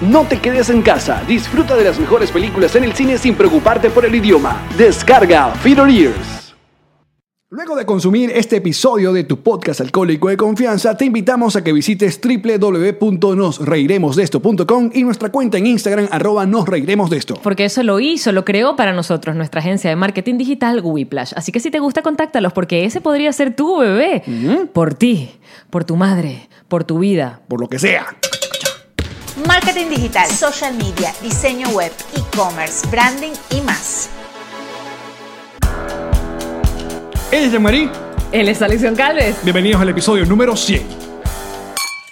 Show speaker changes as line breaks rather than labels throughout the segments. No te quedes en casa, disfruta de las mejores películas en el cine sin preocuparte por el idioma. Descarga Feeder Ears.
Luego de consumir este episodio de tu podcast alcohólico de confianza, te invitamos a que visites www.nosreiremosdeesto.com y nuestra cuenta en Instagram arroba nosreiremosdeesto.
Porque eso lo hizo, lo creó para nosotros nuestra agencia de marketing digital Whiplash. Así que si te gusta, contáctalos porque ese podría ser tu bebé. Por ti, por tu madre, por tu vida.
Por lo que sea.
Marketing digital, social media, diseño web, e-commerce, branding y más.
Ella es Jean-Marie,
Él es Alexion Calves.
bienvenidos al episodio número 100.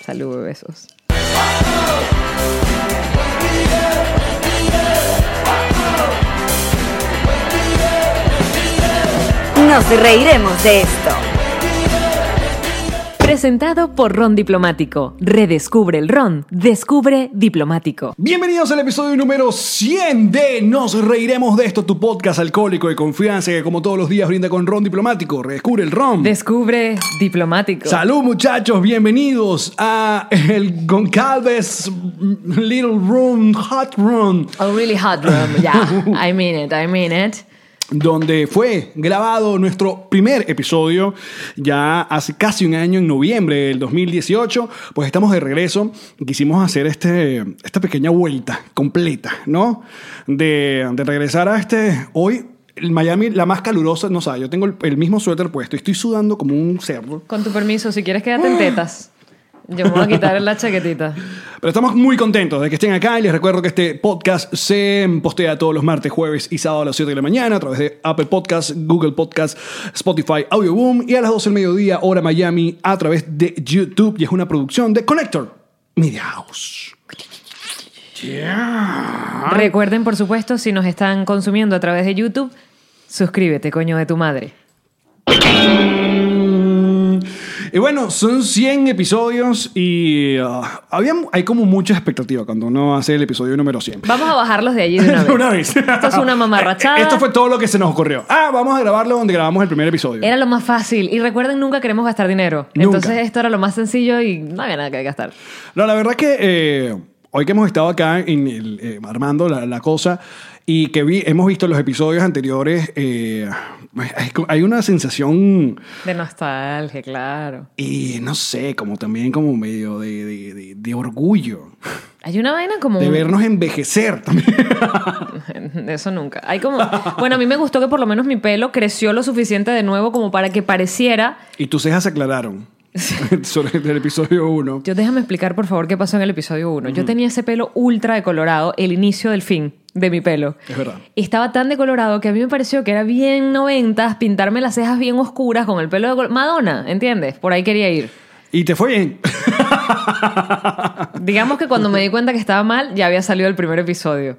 Salud, besos.
Nos reiremos de esto.
Presentado por Ron Diplomático. Redescubre el Ron. Descubre Diplomático.
Bienvenidos al episodio número 100 de Nos Reiremos de Esto, tu podcast alcohólico de confianza que como todos los días brinda con ron diplomático. Redescubre el ron.
Descubre Diplomático.
Salud muchachos, bienvenidos a el Goncalves Little Room, Hot Room,
A really hot room. Yeah. I mean it, I mean it.
donde fue grabado nuestro primer episodio ya hace casi un año, en noviembre del 2018, pues estamos de regreso y quisimos hacer este, esta pequeña vuelta completa, ¿no? De, de regresar a este hoy. El Miami, la más calurosa, no sé, yo tengo el, el mismo suéter puesto y estoy sudando como un cerdo.
Con tu permiso, si quieres quédate en tetas. Yo me voy a quitar la chaquetita.
Pero estamos muy contentos de que estén acá y les recuerdo que este podcast se postea todos los martes, jueves y sábado a las 7 de la mañana a través de Apple Podcasts, Google Podcasts, Spotify, Audioboom y a las 12 del mediodía, hora Miami, a través de YouTube y es una producción de Connector Media House. Ah.
Recuerden, por supuesto, si nos están consumiendo a través de YouTube, suscríbete, coño de tu madre.
Y bueno, son 100 episodios y ah, había, hay como mucha expectativa cuando uno hace el episodio número 100.
Vamos a bajarlos de allí de una vez.
Una vez.
Esto es una mamarrachada.
Esto fue todo lo que se nos ocurrió. Ah, vamos a grabarlo donde grabamos el primer episodio.
Era lo más fácil. Y recuerden, nunca queremos gastar dinero.
Nunca.
Entonces esto era lo más sencillo y no había nada que gastar.
No, la verdad que eh, hoy que hemos estado acá en el, eh, armando la, la cosa y que vi, hemos visto los episodios anteriores, eh, hay, co- hay una sensación,
De nostalgia, claro.
y no sé, como también como medio de, de- de- de orgullo,
Hay una vaina como...
de
un-
vernos envejecer también.
Eso nunca. Hay como... Bueno, a mí me gustó que por lo menos mi pelo creció lo suficiente de nuevo como para que pareciera...
y tus cejas se aclararon sobre el episodio 1.
Yo déjame explicar, por favor, qué pasó en el episodio 1. Yo tenía ese pelo ultra decolorado, el inicio del fin de mi pelo.
Es verdad.
Estaba tan decolorado que a mí me pareció que era bien noventas pintarme las cejas bien oscuras con el pelo de... Madonna, ¿entiendes? Por ahí quería ir.
Y te fue bien.
Digamos que cuando me di cuenta que estaba mal, ya había salido el primer episodio.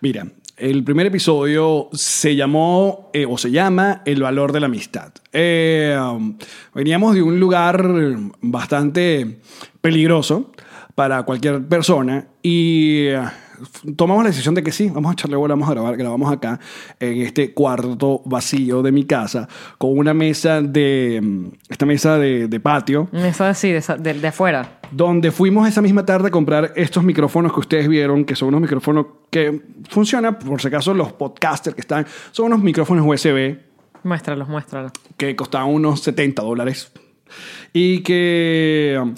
Mira, el primer episodio se llamó eh, o se llama El valor de la amistad. Eh, um, veníamos de un lugar bastante peligroso para cualquier persona y eh, tomamos la decisión de que sí, vamos a echarle bola, vamos a grabar, grabamos acá en este cuarto vacío de mi casa con una mesa de, mm, esta mesa de, de patio,
Eso así, de, esa- de- de afuera.
donde fuimos esa misma tarde a comprar estos micrófonos que ustedes vieron, que son unos micrófonos que funcionan, por si acaso los podcasters que están, son unos micrófonos USB
Muéstralos, muéstralos.
que costaban unos 70 dólares y que um,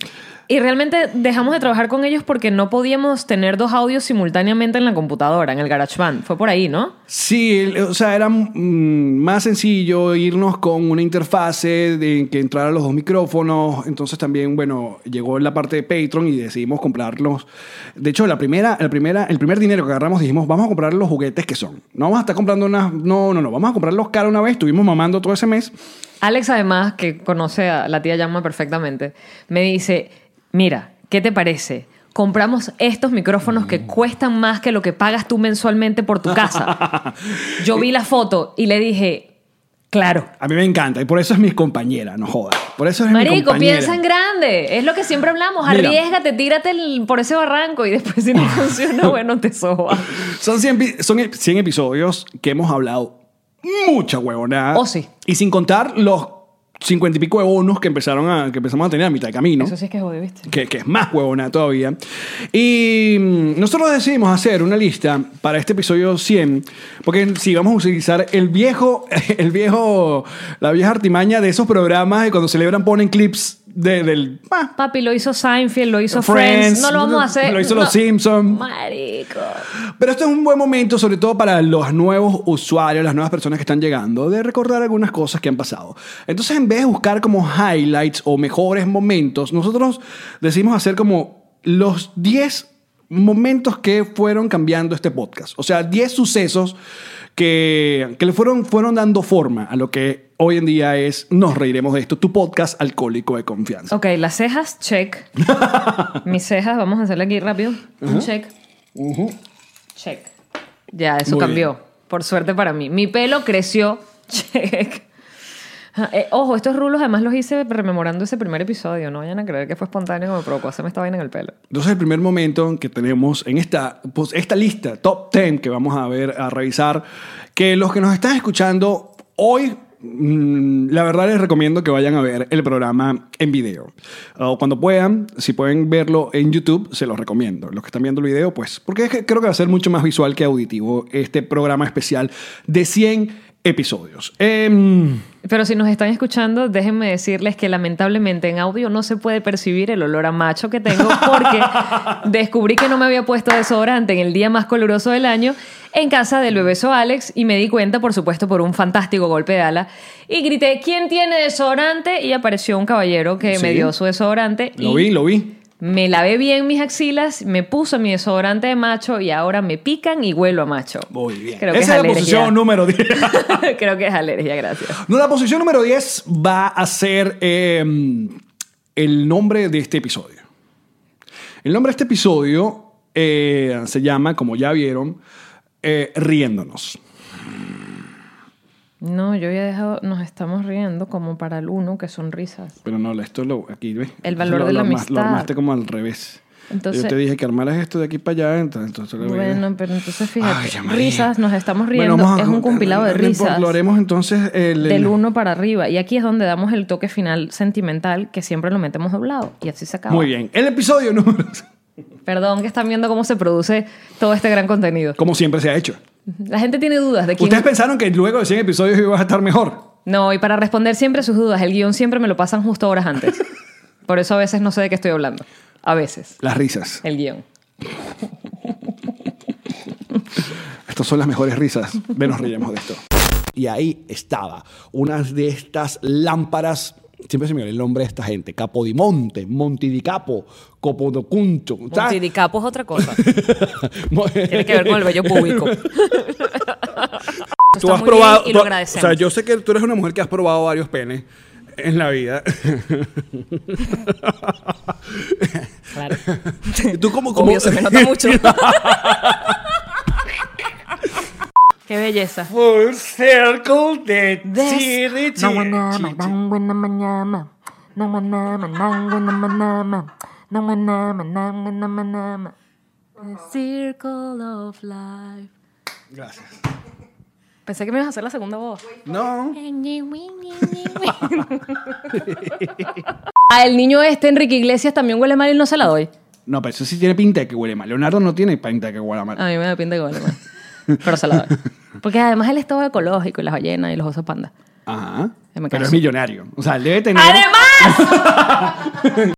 Y realmente dejamos de trabajar con ellos porque no podíamos tener dos audios simultáneamente en la computadora, en el GarageBand. Fue por ahí, ¿no?
Sí, el- o sea, era mm, más sencillo irnos con una interfase de que entrara los dos micrófonos. Entonces también, bueno, llegó la parte de Patreon y decidimos comprarlos. De hecho, la primera, la primera, el primer dinero que agarramos dijimos, vamos a comprar los juguetes que son. No vamos a estar comprando unas, no, no, no, vamos a comprarlos cara una vez. Estuvimos mamando todo ese mes.
Alex, además, que conoce a la tía Yama perfectamente, me dice, mira, ¿qué te parece? Compramos estos micrófonos
Mm.
que cuestan más que lo que pagas tú mensualmente por tu casa. Yo vi la foto y le dije, claro.
A mí me encanta y por eso es mi compañera, no joda. Por eso es mi
Marico,
compañera.
piensa en grande. Es lo que siempre hablamos.
Mira.
Arriesgate, tírate el- por ese barranco y después si no funciona, bueno, te soba.
Son 100, epi- son ep- 100 episodios que hemos hablado mucha huevonada.
Oh, sí.
Y sin contar los cincuenta y pico de bonos que, empezaron a, que empezamos a tener a mitad de camino
Eso sí es que jodido, ¿viste?
que, que es más huevona todavía. Y mm, nosotros decidimos hacer una lista para este episodio 100, porque si vamos a utilizar el viejo, el viejo, la vieja artimaña de esos programas que cuando celebran ponen clips de- del... ah,
Papi, lo hizo Seinfeld, lo hizo Friends. No lo vamos a hacer.
Lo hizo
no.
los Simpsons.
Marico.
Pero este es un buen momento, sobre todo para los nuevos usuarios, las nuevas personas que están llegando, de recordar algunas cosas que han pasado. Entonces, en vez de buscar como highlights o mejores momentos, nosotros decidimos hacer como los 10 momentos que fueron cambiando este podcast. O sea, 10 sucesos que, que le fueron, fueron dando forma a lo que hoy en día es Nos Reiremos de Esto, tu podcast alcohólico de confianza.
Ok, las cejas, check. Mis cejas, vamos a hacerle aquí rápido. Un check. Check. Ya, eso
Muy
cambió.
bien.
Por suerte para mí. Mi pelo creció. Check. Ah, eh, ojo, estos rulos además los hice rememorando ese primer episodio. No vayan a creer que fue espontáneo como me provocó hacerme esta vaina en el pelo.
Entonces, el primer momento que tenemos en esta, pues, esta lista, top 10 que vamos a ver, a revisar, que los que nos están escuchando hoy, mm, la verdad les recomiendo que vayan a ver el programa en video. Ah, O cuando puedan, si pueden verlo en YouTube, se los recomiendo. Los que están viendo el video, pues, porque es que creo que va a ser mucho más visual que auditivo este programa especial de 100 episodios. Em,
Pero si nos están escuchando, déjenme decirles que lamentablemente en audio no se puede percibir el olor a macho que tengo porque descubrí que no me había puesto desodorante en el día más caluroso del año en casa del bebeso Alex y me di cuenta, por supuesto, por un fantástico golpe de ala y grité, ¿quién tiene desodorante? Y apareció un caballero que me
Sí.
dio su desodorante
lo
y
vi, lo vi.
me lavé bien mis axilas, me puso mi desodorante de macho y ahora me pican y huelo a macho.
Muy bien.
Creo que
Esa es la
alergia.
posición número 10.
Creo que es alergia, gracias.
No, la posición número 10 va a ser eh, el nombre de este episodio. El nombre de este episodio eh, se llama, como ya vieron, eh, Riéndonos.
No, yo había dejado, nos estamos riendo como para el uno, que son risas.
Pero no, esto lo, aquí, ¿ves?
El valor
Lo-
de la
lo armas- Lo
amistad.
armaste como al revés.
Entonces-
Yo te dije que armaras esto de aquí para allá, entonces, entonces lo voy a-
Bueno, pero entonces
Ay,
fíjate,
ya, María.
risas, nos estamos riendo,
Bueno, vamos a-
es un compilado de
no importa,
risas.
Lo haremos entonces el,
Del uno para arriba. Y aquí es donde damos el toque final sentimental, que siempre lo metemos doblado. Y así se acaba.
Muy bien. El episodio número...
Perdón que están viendo cómo se produce todo este gran contenido.
Como siempre se ha hecho.
La gente tiene dudas de quién...
Ustedes pensaron que luego de 100 episodios iba a estar mejor.
No, y para responder siempre sus dudas, el guión siempre me lo pasan justo horas antes. Por eso a veces no sé de qué estoy hablando. A veces.
Las risas.
El guión.
Estas son las mejores risas. Ven, nos reiremos de esto.
Y ahí estaba una de estas lámparas, siempre se me olvida el nombre de esta gente, Capodimonte, Montidicapo, Copodocuncho. ¿sabes?
Montidicapo es otra cosa. Tiene que ver con el bello público.
Tú has probado. tú- o sea, yo sé que tú eres una mujer que has probado varios penes en la vida.
Claro.
Y tú como como
se me nota mucho. Qué belleza.
Full circle de chiri,
This. No
chiri,
one
chiri.
nama, no one nama, nama. No one nama, no one nama, nama. No one nama, no one nama, nama. The circle of life.
Gracias.
Pensé que me ibas a hacer la segunda voz.
No.
Ah,
A el niño este, Enrique Iglesias, también huele mal y no se la doy.
No, pero eso sí tiene pinta de que huele mal. Leonardo no tiene pinta de que huele mal.
A mí me da pinta que huele mal. Pero se la doy. Porque además él es todo ecológico y las ballenas y los osos panda.
Ajá.
Ya me
Pero
canso.
es millonario. O sea, él debe tener.
Ah, ¡Además!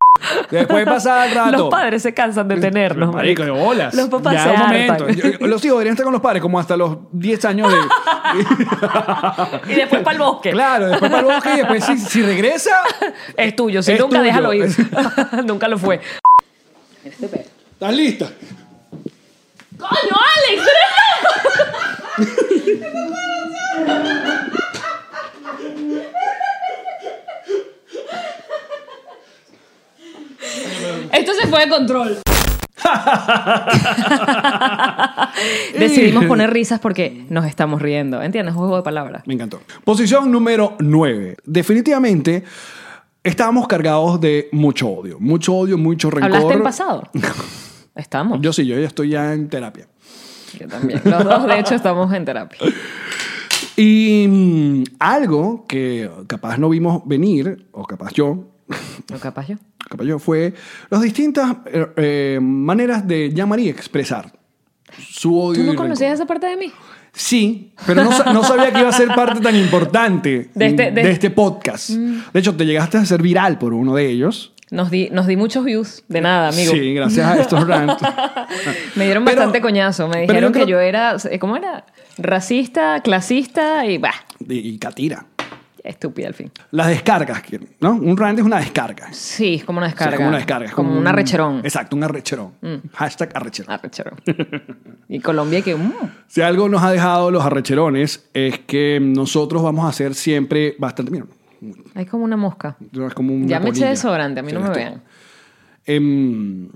Después pasa el rato.
Los padres se cansan de tenernos.
Marico, de bolas.
Los papás
Ya,
se
un
hartan.
momento. Yo- los hijos deberían estar con los padres como hasta los 10 años de.
Y después para el bosque.
Claro, después para el bosque y después si, si regresa.
Es tuyo, si
Es
nunca
tuyo.
déjalo ir. nunca lo fue.
¿Estás lista?
¡Coño, Alex! Esto se fue de control. Decidimos poner risas porque nos estamos riendo. ¿Entiendes? Juego de palabras.
Me encantó. Posición número 9. Definitivamente estábamos cargados de mucho odio. Mucho odio, mucho rencor.
¿Hablaste en pasado? Estamos.
Yo sí, yo ya estoy ya en terapia.
Yo también. Los dos, de hecho, estamos en terapia.
Y Y mm, algo que capaz no vimos venir, o capaz yo,
¿No capaz yo?
capaz yo, fue las distintas eh, eh, maneras de llamar y expresar su odio.
¿Tú
y
no
rencor.
conocías esa parte de mí?
Sí, pero no, sa- no sabía que iba a ser parte tan importante
De este- de- Mm.
podcast. De hecho, te llegaste a ser viral por uno de ellos.
Nos di, nos di muchos views. De nada, amigo.
Sí, gracias a estos rants.
Me dieron
Pero-
bastante coñazo. Me
pero
dijeron
yo creo-
que yo era, ¿cómo era? Racista, clasista y bah,
Y, y Catira.
estúpida al fin.
Las descargas, que- ¿no? Un rant es una descarga. O sea,
Sí, es como una descarga.
es como una descarga. es
Como, un Mm. arrecherón.
Exacto, un arrecherón. Hashtag arrecherón.
Arrecherón. y Colombia que... mm,
Si algo nos ha dejado los arrecherones es que nosotros vamos a ser siempre bastante... Mira,
hay como una mosca.
es como una
ya me eché
polilla.
desodorante, a mí no
Sí,
me
esto.
vean.
em,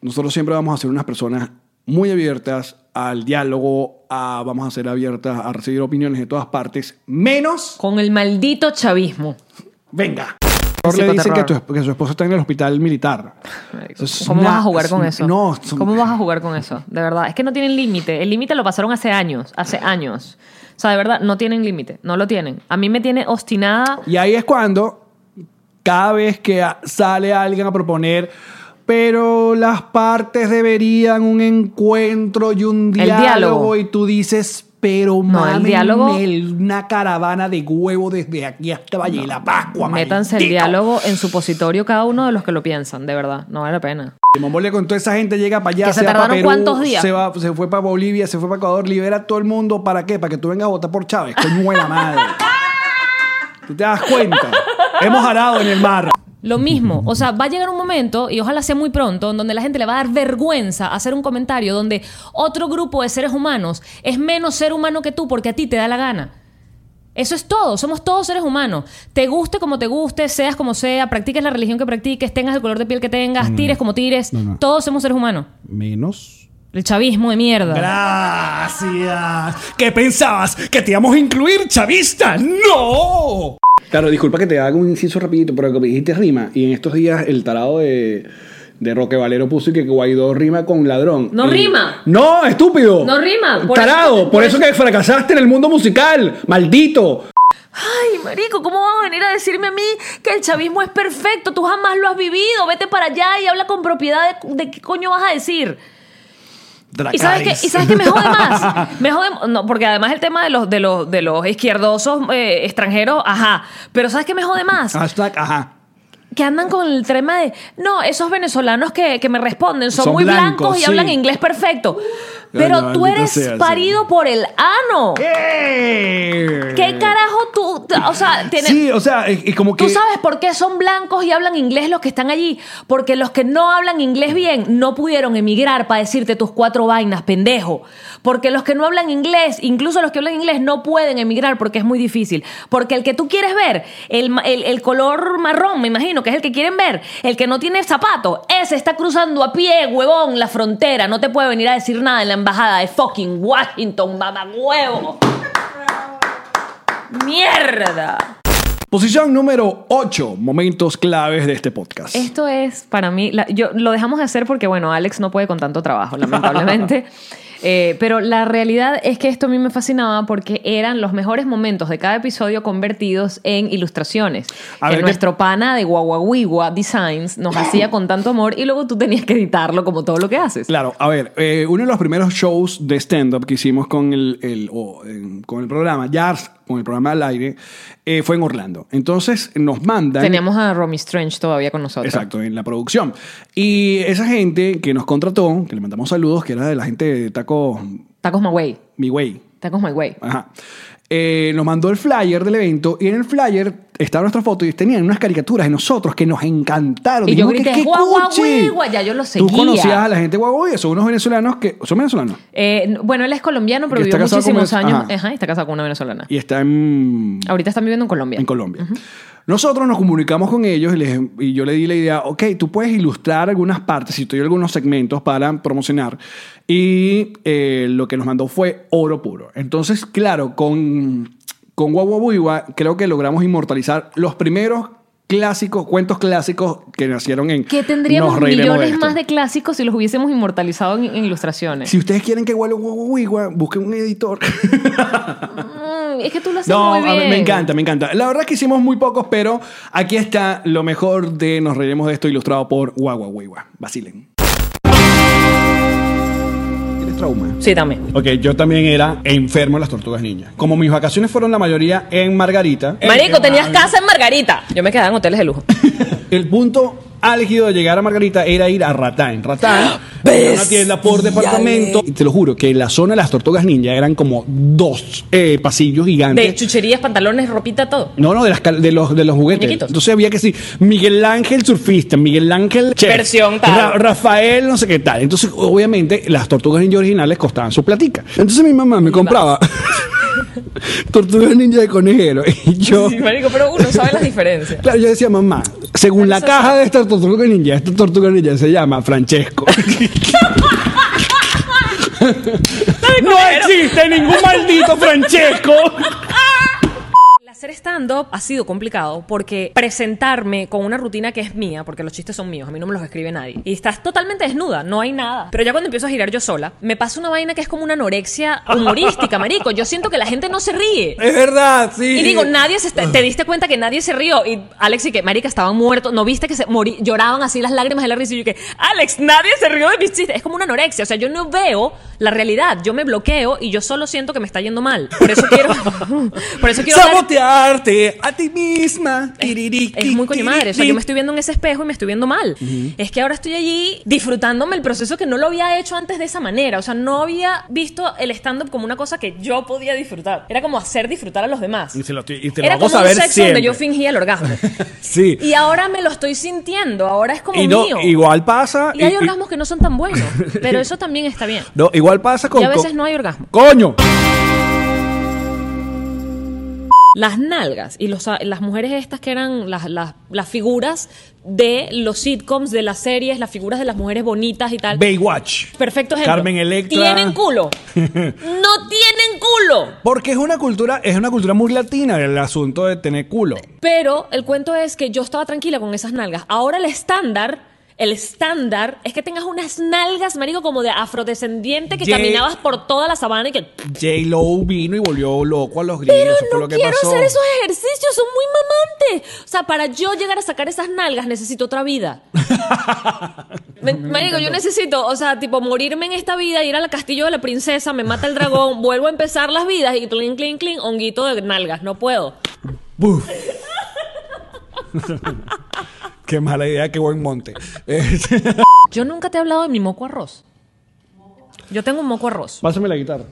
nosotros siempre vamos a ser unas personas muy abiertas al diálogo, a- vamos a ser abiertas a recibir opiniones de todas partes, menos...
Con el maldito chavismo.
Venga.
Sí,
Le dicen
terror.
que, tu esp- que su esposo está en el hospital militar. Eso es
¿Cómo
una-
vas a jugar con
es
eso?
un- No, son-
¿Cómo vas a jugar con eso? De verdad, es que no tienen límite. El límite lo pasaron hace años, hace años. O sea, de verdad, no tienen límite, no lo tienen. A mí me tiene obstinada
Y ahí es cuando, cada vez que a- sale alguien a proponer, pero las partes deberían un encuentro y un
El
diálogo,
diálogo.
y tú dices, pero
No, el
mamen,
diálogo-
el- una caravana de huevo desde aquí hasta Valle de la Pascua.
Métanse el
maldito.
diálogo en supositorio cada uno de los que lo piensan, de verdad. No vale la pena.
Mongolia con toda esa gente llega para allá,
Que se
va pa'
tardaron
Perú,
cuántos días.
Se, va- se fue para Bolivia, se fue para Ecuador, libera a todo el mundo. ¿Para qué? Para que tú vengas a votar por Chávez. Coño de la madre. ¿Tú te das cuenta? Hemos arado en el mar.
Lo mismo, o sea, va a llegar un momento, y ojalá sea muy pronto, en donde la gente le va a dar vergüenza hacer un comentario donde otro grupo de seres humanos es menos ser humano que tú porque a ti te da la gana. Eso es todo, somos todos seres humanos. Te guste como te guste, seas como sea, practiques la religión que practiques, tengas el color de piel que tengas, tires como tires, todos somos seres humanos.
Menos.
El chavismo de mierda.
Gracias. ¿Qué pensabas? ¿Que te íbamos a incluir, chavista? ¡No!
Claro, disculpa que te haga un inciso rapidito, pero que me dijiste rima. Y en estos días el tarado de, de Roque Valero puso que Guaidó rima con ladrón.
No
Y-
rima.
¡No, estúpido!
No rima, por
tarado,
eso-
por, eso, que fracasaste en el mundo musical. ¡Maldito!
Ay, marico, ¿cómo vas a venir a decirme a mí que el chavismo es perfecto? Tú jamás lo has vivido. Vete para allá y habla con propiedad de, de qué coño vas a decir. ¿Y sabes, qué, ¿Y sabes qué me jode más? Me jode, no, porque además el tema de los, de los, de los izquierdosos eh, extranjeros, ajá. Pero ¿sabes qué me jode más?
Hashtag, ajá.
Que andan con el tema de, no, esos venezolanos que, que me responden son,
Son
muy blancos,
blancos,
y
sí.
hablan inglés perfecto. Pero
no,
tú
maldita
eres
sea, sí.
parido por el ano. ¿Qué
¿Qué
carajo tú? O sea, tienes...
Sí, o sea, es, es como que.
¿Tú sabes por qué son blancos y hablan inglés los que están allí? Porque los que no hablan inglés bien no pudieron emigrar para decirte tus cuatro vainas, pendejo. Porque los que no hablan inglés, incluso los que hablan inglés, no pueden emigrar porque es muy difícil. Porque el que tú quieres ver, el, ma- el- el color marrón, me imagino, que es el que quieren ver, el que no tiene zapato, ese está cruzando a pie, huevón, la frontera. No te puede venir a decir nada en la embajada de fucking Washington, mamá huevo. ¡Mierda!
Posición número 8. Momentos claves de este podcast.
Esto es para mí, la- yo lo dejamos de hacer porque bueno, Alex no puede con tanto trabajo, lamentablemente. Eh, pero la realidad es que esto a mí me fascinaba porque eran los mejores momentos de cada episodio convertidos en ilustraciones.
A
que
ver, ¿qué-
nuestro pana de Guaguaguigua Designs nos hacía con tanto amor y luego tú tenías que editarlo como todo lo que haces.
Claro, a ver, eh, uno de los primeros shows de stand-up que hicimos con el, el- o, eh, con el programa, Jars, con el programa al aire, eh, fue en Orlando. Entonces nos mandan.
Teníamos a Romy Strange todavía con nosotros.
Exacto, en la producción. Y esa gente que nos contrató, que le mandamos saludos, que era de la gente de Taco
Tacos My Way.
Mi Way,
Tacos My Way.
Ajá. Eh, nos mandó el flyer del evento y en el flyer estaba nuestra foto y tenían unas caricaturas de nosotros que nos encantaron.
Y yo
Dijimos,
grité,
"¿Qué
"Guau, guau,
cuchi?".
guau, guau", ya yo lo
Tú
seguía.
conocías a la gente guau, guau, y son unos venezolanos que... ¿Son venezolanos?
Eh, n- bueno, él es colombiano, pero
Que
vivió
está casado con
muchísimos
una-
años.
ajá.
Ajá. está casado con una venezolana.
Y están en,
Ahorita están viviendo en Colombia.
en Colombia. Nosotros nos comunicamos con ellos y, les- y yo le di la idea, ok, tú puedes ilustrar algunas partes, y doy algunos segmentos para promocionar. Y eh, lo que nos mandó fue oro puro. Entonces, claro, con, con Guaguabuiwa creo que logramos inmortalizar los primeros clásicos, cuentos clásicos que nacieron en...
Que
Nos
tendríamos
reiremos
millones
esto.
más de clásicos si los hubiésemos inmortalizado en, en ilustraciones.
Si ustedes quieren que Guaguabuiwa busquen un editor.
muy bien. Mm, Es que tú lo haces
No,
muy
a
bien.
ver, me encanta, me encanta. La verdad es que hicimos muy pocos, pero aquí está lo mejor de Nos Reiremos de esto, ilustrado por Guagua Guagua. Vacilen.
¿Tienes trauma?
Sí, también.
Ok, yo también era enfermo en las tortugas niñas. Como mis vacaciones fueron la mayoría en Margarita.
Marico, tenías casa en Margarita. Yo me quedaba en hoteles de lujo.
El punto álgido de llegar a Margarita era ir a Ratán. Ratán era una tienda por departamento. Y te lo juro que la zona de las tortugas ninja eran como dos eh, pasillos gigantes.
De chucherías, pantalones, ropita, todo.
No, no, de, las cal- de, los, de los juguetes.
Muñequitos.
Entonces había que decir Miguel Ángel surfista, Miguel Ángel chef,
Versión tal.
Ra- Rafael no sé qué tal. Entonces, obviamente, las tortugas ninja originales costaban su platica. Entonces mi mamá me compraba tortugas ninja de conejero. Y yo...
Sí, marico, pero uno sabe las diferencias.
Claro, yo decía, mamá, según la caja de esta tortuga ninja, esta tortuga ninja se llama Francesco. no existe ningún maldito Francesco.
El hacer stand-up ha sido complicado porque presentarme con una rutina que es mía, porque los chistes son míos, a mí no me los escribe nadie, y estás totalmente desnuda, no hay nada. Pero ya cuando empiezo a girar yo sola, me pasa una vaina que es como una anorexia humorística, marico. Yo siento que la gente no se ríe.
Es verdad, sí.
Y digo, nadie se está- te diste cuenta que nadie se rió. Y Alex y que, marica, estaban muertos. ¿No viste que se morí- lloraban así las lágrimas de la risa? Y yo que, Alex, nadie se rió de mis chistes. Es como una anorexia. O sea, yo no veo la realidad. Yo me bloqueo y yo solo siento que me está yendo mal. Por eso quiero... por eso quiero... hablar-
Sabotearte a ti misma.
es muy con mi madre. O sea, yo me estoy viendo en ese espejo y me estoy viendo mal. Es que ahora estoy allí disfrutándome el proceso que no lo había hecho antes de esa manera. O sea, no había visto el stand-up como una cosa que yo podía disfrutar. Era como hacer disfrutar a los demás.
Y se lo estoy- y te lo
Era
hago
como
saber
un sexo
siempre.
donde yo fingía el orgasmo.
Sí.
Y ahora me lo estoy sintiendo. Ahora es como
Y no,
mío.
igual pasa.
Y hay orgasmos que no son tan buenos. Pero eso también está bien.
no, igual pasa con.
Y a veces
con-
no hay orgasmo.
¡Coño!
las nalgas y los, las mujeres estas que eran las, las, las figuras de los sitcoms, de las series, las figuras de las mujeres bonitas y tal.
Baywatch.
Perfecto ejemplo.
Carmen Electra.
Tienen culo. no tienen culo.
Porque es una cultura, es una cultura muy latina el asunto de tener culo.
Pero el cuento es que yo estaba tranquila con esas nalgas. Ahora el estándar, el estándar es que tengas unas nalgas, marico, como de afrodescendiente que
Ye-
caminabas por toda la sabana y que...
J. Lo vino y volvió loco a los gringos.
Pero
eso fue
no
lo que
quiero
pasó.
hacer esos ejercicios, son muy mamantes. O sea, para yo llegar a sacar esas nalgas necesito otra vida. Me- marico, yo necesito, o sea, tipo morirme en esta vida, ir al castillo de la princesa, me mata el dragón, vuelvo a empezar las vidas y clink, clink, clink, honguito de nalgas, no puedo.
Buf. qué mala idea, qué buen monte. Eh,
Yo nunca te he hablado de mi moco arroz. Yo tengo un moco arroz.
Pásame la guitarra.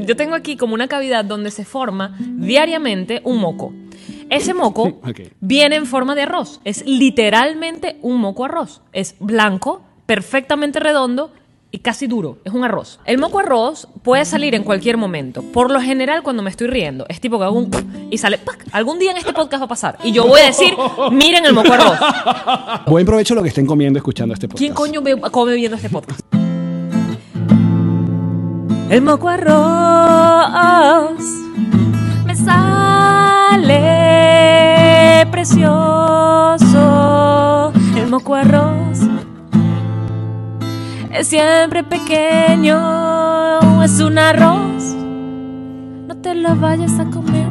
Yo tengo aquí como una cavidad donde se forma diariamente un moco. Ese moco
Ok.
viene en forma de arroz. Es literalmente un moco arroz. Es blanco, perfectamente redondo y casi duro. Es un arroz. El moco arroz puede salir en cualquier momento. Por lo general, cuando me estoy riendo, es tipo que hago un y sale. ¡pac! Algún día en este podcast va a pasar. Y yo voy a decir: Miren el moco arroz.
Buen provecho lo que estén comiendo escuchando este podcast.
¿Quién coño ve- come viendo este podcast? El moco arroz me sale precioso. El moco arroz es siempre pequeño. Es un arroz. No te lo vayas a comer.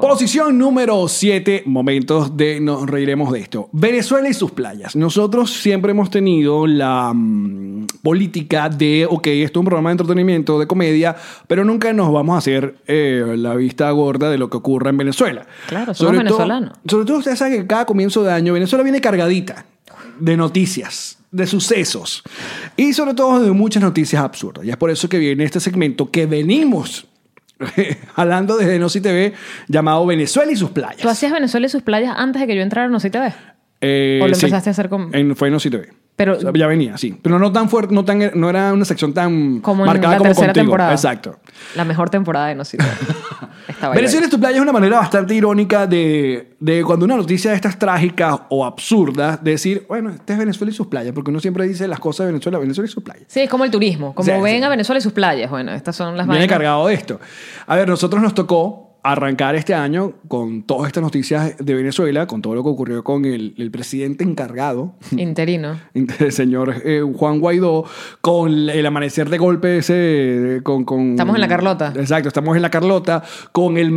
Posición número 7, momentos de nos reiremos de esto. Venezuela y sus playas. Nosotros siempre hemos tenido la mm, política de, ok, esto es un programa de entretenimiento, de comedia, pero nunca nos vamos a hacer eh, la vista gorda de lo que ocurre en Venezuela.
Claro, somos
todo-
venezolanos.
sobre todo ustedes saben que cada comienzo de año Venezuela viene cargadita de noticias, de sucesos y sobre todo de muchas noticias absurdas. Y es por eso que viene este segmento que venimos hablando desde No Si TV llamado Venezuela y sus playas.
Venezuela y sus playas antes de que yo entrara, no sé te ves.
Eh,
¿O lo
sí.
empezaste a hacer con-
En, fue en No Si TV.
Pero-
O sea, ya venía, sí. Pero no tan fuerte, no, tan, no era una sección tan
Como en
marcada
la
como
tercera
contigo.
temporada.
Ah,
Exacto.
La mejor temporada de No Sirve. Estaba
Venezuela en tu playa es una manera bastante irónica de, de cuando una noticia de estas trágicas o absurdas, decir, bueno, este es Venezuela y sus playas, porque uno siempre dice las cosas de Venezuela, Venezuela y sus playas.
Sí, es como el turismo. Como
Sí,
ven
sí.
a Venezuela y sus playas. Bueno, estas son las
Viene
vainas.
cargado de esto. A ver, nosotros nos tocó arrancar este año con todas estas noticias de Venezuela, con todo lo que ocurrió con el, el presidente encargado,
Interino.
el señor eh, Juan Guaidó, con el amanecer de golpe ese, eh, con, con-
Estamos en la Carlota.
Exacto, estamos en la Carlota, con el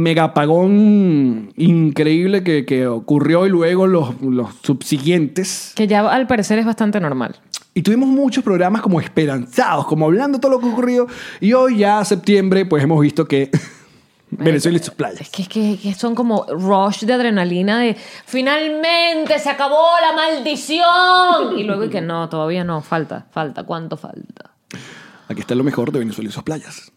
megapagón increíble que, que ocurrió y luego los, los subsiguientes.
Que ya al parecer es bastante normal.
Y tuvimos muchos programas como esperanzados, como hablando todo lo que ocurrió. Y hoy ya septiembre, pues hemos visto que Venezuela y sus
Es
playas.
que, es que, que son como rush de adrenalina de finalmente se acabó la maldición. Y luego y que no, todavía no, falta, falta, ¿cuánto falta?
Aquí está lo mejor de Venezuela y sus playas.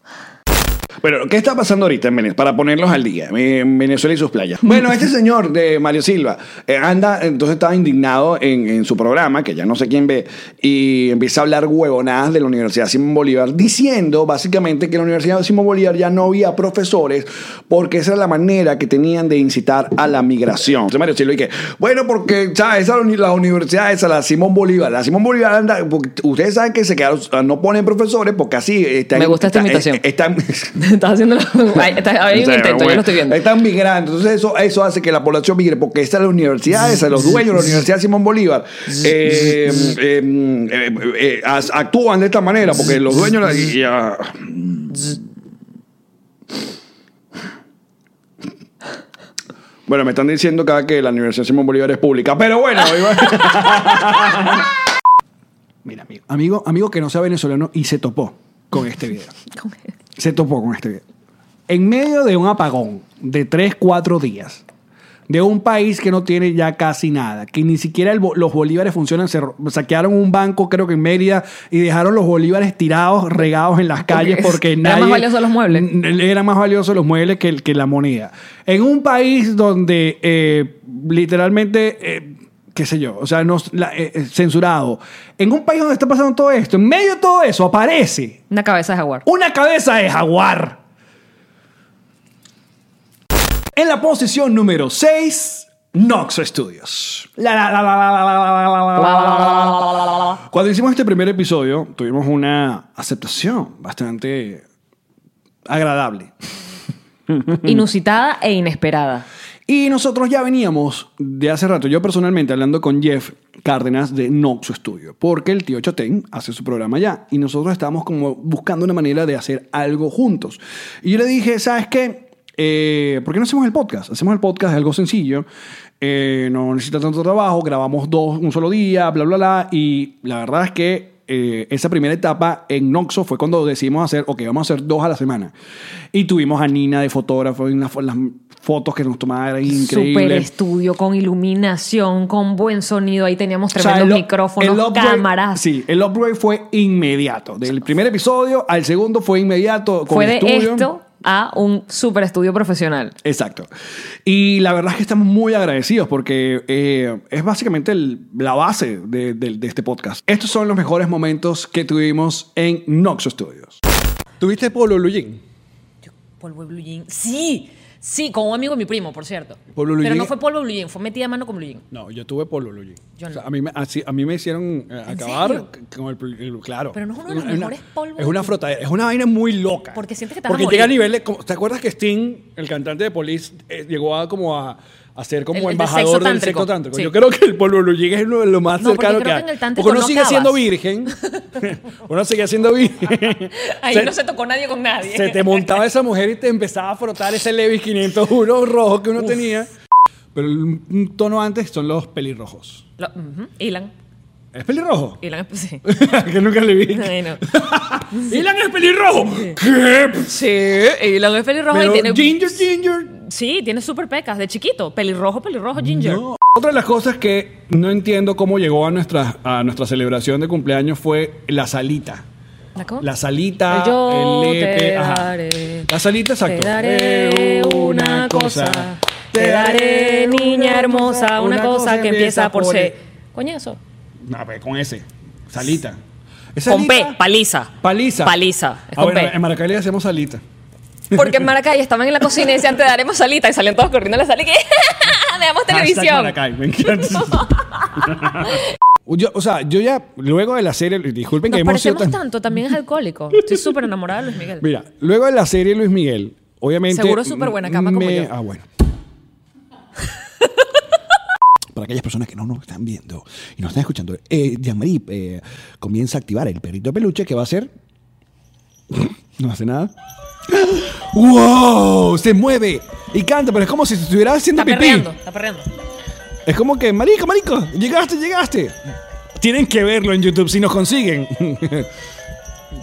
Bueno, ¿qué está pasando ahorita en Venezuela? Para ponerlos al día, en Venezuela y sus playas. Bueno, este señor de Mario Silva eh, anda, entonces estaba indignado en, en su programa, que ya no sé quién ve, y empieza a hablar huevonadas de la Universidad Simón Bolívar, diciendo básicamente que en la Universidad Simón Bolívar ya no había profesores porque esa era la manera que tenían de incitar a la migración. Entonces Mario Silva dice, bueno, porque ¿sabes? Esa, uni- la universidad, esa, la Simón Bolívar, la Simón Bolívar anda, porque ustedes saben que se quedaron, no ponen profesores porque así... están-
Me gusta esta
está-
imitación.
están-
Estás haciendo. Hay, está- hay
o
un
sea,
intento, yo
bueno,
lo estoy viendo.
Están migrando. Entonces, eso, eso hace que la población migre, porque están las universidades, los dueños de la Universidad Simón Bolívar, eh, eh, eh, eh, as- actúan de esta manera, porque los dueños. la- y- y, ah. Bueno, me están diciendo cada que la Universidad Simón Bolívar es pública, pero bueno. iba- Mira, amigo, amigo, amigo que no sea venezolano y se topó con este video se topó con este video. En medio de un apagón de 3, 4 días, de un país que no tiene ya casi nada, que ni siquiera el bo- los bolívares funcionan, se ro- saquearon un banco, creo que en Mérida, y dejaron los bolívares tirados, regados en las calles
Porque es-
porque
era
nadie... Mm.
más valioso los muebles.
N- Era más valioso los muebles que, el- que la moneda. En un país donde eh, literalmente... eh, qué sé yo, o sea, nos, la- eh, eh, censurado. En un país donde está pasando todo esto, en medio de todo eso aparece
Una cabeza de jaguar.
una cabeza de jaguar. En la posición número 6, Noxo Studios. La, la, la, la, la, la, la, la, la, la, la, la, la. Cuando hicimos este primer episodio, tuvimos una aceptación bastante agradable. Mm.
Inusitada e inesperada.
Y nosotros ya veníamos de hace rato, yo personalmente hablando con Jeff Cárdenas de Noxo Studio, porque el tío Chotén hace su programa allá y nosotros estábamos como buscando una manera de hacer algo juntos. Y yo le dije, ¿sabes qué? Eh, ¿Por qué no hacemos el podcast? Hacemos el podcast, es algo sencillo, eh, no necesita tanto trabajo, grabamos dos un solo día, bla, bla, bla, y la verdad es que eh, esa primera etapa en Noxo fue cuando decidimos hacer, ok, vamos a hacer dos a la semana. Y tuvimos a Nina de fotógrafo, y una fo- las fotos que nos tomaba eran
Super
increíbles.
estudio, con iluminación, con buen sonido. Ahí
O
teníamos
sea,
tremendos
el up-
micrófonos,
el upgrade-
cámaras.
Sí, el upgrade fue inmediato. Del primer episodio al segundo fue inmediato. Con
Fue de
estudio.
esto a un super estudio profesional.
Exacto. Y la verdad es que estamos muy agradecidos porque eh, es básicamente el- la base de, de- de este podcast. Estos son los mejores momentos que tuvimos en Noxo Studios.
¿Tuviste Pueblo Blue Jean?
Polvo de Blue Jean. Sí, sí, con un amigo de mi primo, por cierto.
Polvo de Blue
Pero
Jean.
no fue polvo de Blue Jean, fue metida a mano con Blue Jean.
No, yo tuve Pueblo Blue Jean.
Yo no.
O sea, a, mí me, así- a mí me hicieron eh, acabar
serio?
c- con el, pl- el- Claro.
Pero no es uno de los
Una- una-
mejores polvos
Es una
de-
frotadera. Es una vaina muy loca.
Porque sientes que te vas a
Porque llega a
morir.
niveles. como- ¿Te acuerdas que Sting, el cantante de Police, eh, llegó a como a. a ser como
El- el de
embajador
sexo
del
tántrico.
sexo tántrico.
Sí.
Yo creo que el Pueblo Blue Jean es lo, lo más
No, porque creo
cercano que
que
hay.
en el tántrico
Porque uno
no
sigue siendo
acabas.
virgen. uno sigue siendo virgen.
Ahí
Se-
no se tocó nadie con nadie.
se te montaba esa mujer y te empezaba a frotar ese Levis 501 rojo que uno tenía. Pero un un tono antes son los pelirrojos.
Lo- ujú, Ilan.
¿Es pelirrojo?
Ilan, sí.
que nunca le vi.
Ay, no.
¡Ilan es pelirrojo! ¿Qué?
Sí, Ilan es pelirrojo
Pero
y tiene.
Ginger, Ginger.
Sí, tiene super pecas de chiquito. Pelirrojo, pelirrojo, Ginger.
No. Otra de las cosas que no entiendo cómo llegó a nuestra, a nuestra celebración de cumpleaños fue la salita.
¿La cómo?
La salita,
Pues Yo
el lepe,
te
ajá.
daré,
La salita, exacto.
Te daré una cosa. Te daré, niña hermosa, una cosa que empieza por C. Coño, eso.
A ver, pues, con ese. Salita. ¿Es
Con P,
salita?
paliza.
Paliza.
Paliza. Es
Ah,
con
bueno,
P.
em-
en Maracay le hacemos salita.
Porque en Maracay estaban en la cocina y decían, te daremos salita. Y salían todos corriendo a la sala y que veamos
Hashtag
televisión.
Maracay, me encanta. Yo, o sea, yo ya, luego de la serie, disculpen
Nos
que hemos sido
parecemos
tan...
tanto, también es alcohólico. Estoy súper enamorada de Luis Miguel.
Mira, luego de la serie Luis Miguel, Obviamente.
Seguro es súper buena cama como yo.
Ah, bueno. Para aquellas personas que no nos están viendo y nos están escuchando, eh, Jean-Marie eh, comienza a activar el perrito de peluche que va a hacer. No hace nada. ¡Wow! Se mueve y canta, pero es como si se estuviera haciendo
Está
pipí.
perreando, está perreando.
Es como que, marico, marico, llegaste, llegaste. Tienen que verlo en YouTube si nos consiguen.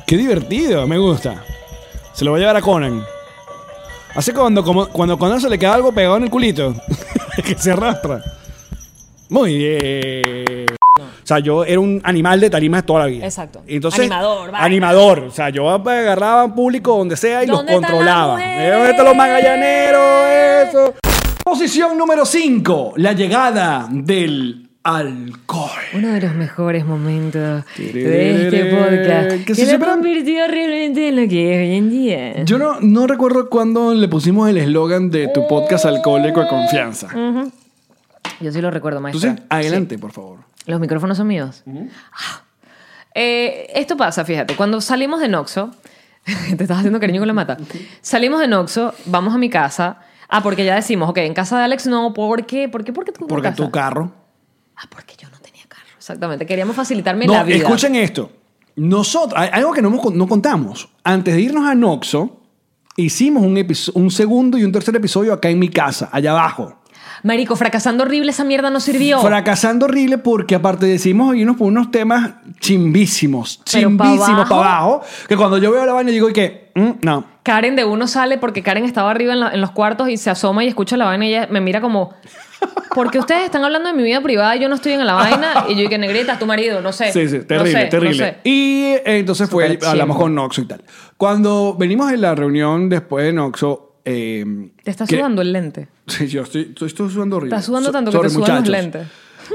Qué divertido, me gusta. Se lo voy a llevar a Conan. Hace cuando, como, cuando a Conan se le queda algo pegado en el culito. que se arrastra. Muy bien. O sea, yo era un animal de tarima toda la vida.
Exacto.
Entonces,
Animador, vaina.
Animador. O sea, yo agarraba a público donde sea y los
¿Dónde están las
controlaba.
mujeres?
¿Dónde están los magallaneros? Eso.
Posición número 5, la llegada del alcohol.
Uno de los mejores momentos de este
Que
podcast que
se
se
separan.
convirtió realmente en lo que es hoy en día.
Yo no, no recuerdo cuándo le pusimos el eslogan de tu podcast alcohólico de confianza.
Yo Mm. sí lo recuerdo, maestra.
Entonces, adelante, por favor.
Los micrófonos son míos. Ah. Eh, esto pasa, fíjate. Cuando salimos de Noxo, te estás haciendo cariño con la mata. Salimos de Noxo, vamos a mi casa. Ah, porque ya decimos, ok, en casa de Alex no, ¿por qué? ¿Por qué? ¿Por qué tú
Porque
casa?
tu carro.
Ah, porque yo no tenía carro. Exactamente. Queríamos facilitarme
No,
la vida.
escuchen esto. Nosotros, hay- algo que no, hemos- no contamos. Antes de irnos a Noxo, hicimos un, episo- un segundo y un tercer episodio acá en mi casa, allá abajo.
Marico, fracasando horrible, esa mierda no sirvió.
Fracasando horrible porque aparte decimos irnos por unos temas chimbísimos,
Pero pa'
chimbísimos
abajo.
para abajo, que cuando yo veo la vaina digo, ¿y qué? Mm, no.
Karen de uno sale porque Karen estaba arriba en, la- en los cuartos y se asoma y escucha la vaina y ella me mira como, ¿por qué ustedes están hablando de mi vida privada y yo no estoy en la vaina? Y yo y que negrita, tu marido, no sé.
Sí, sí,
No
terrible,
sé, no
terrible.
sé".
Y eh, entonces fue,
Súper
hablamos
chimbo.
con Noxo y tal. Cuando venimos en la reunión después de Noxo... eh,
Te está
que-
sudando el lente.
Sí, yo estoy, estoy, estoy sudando horrible.
Estás sudando
So-
tanto que
sorry,
te sudan los
muchachos.
lentes.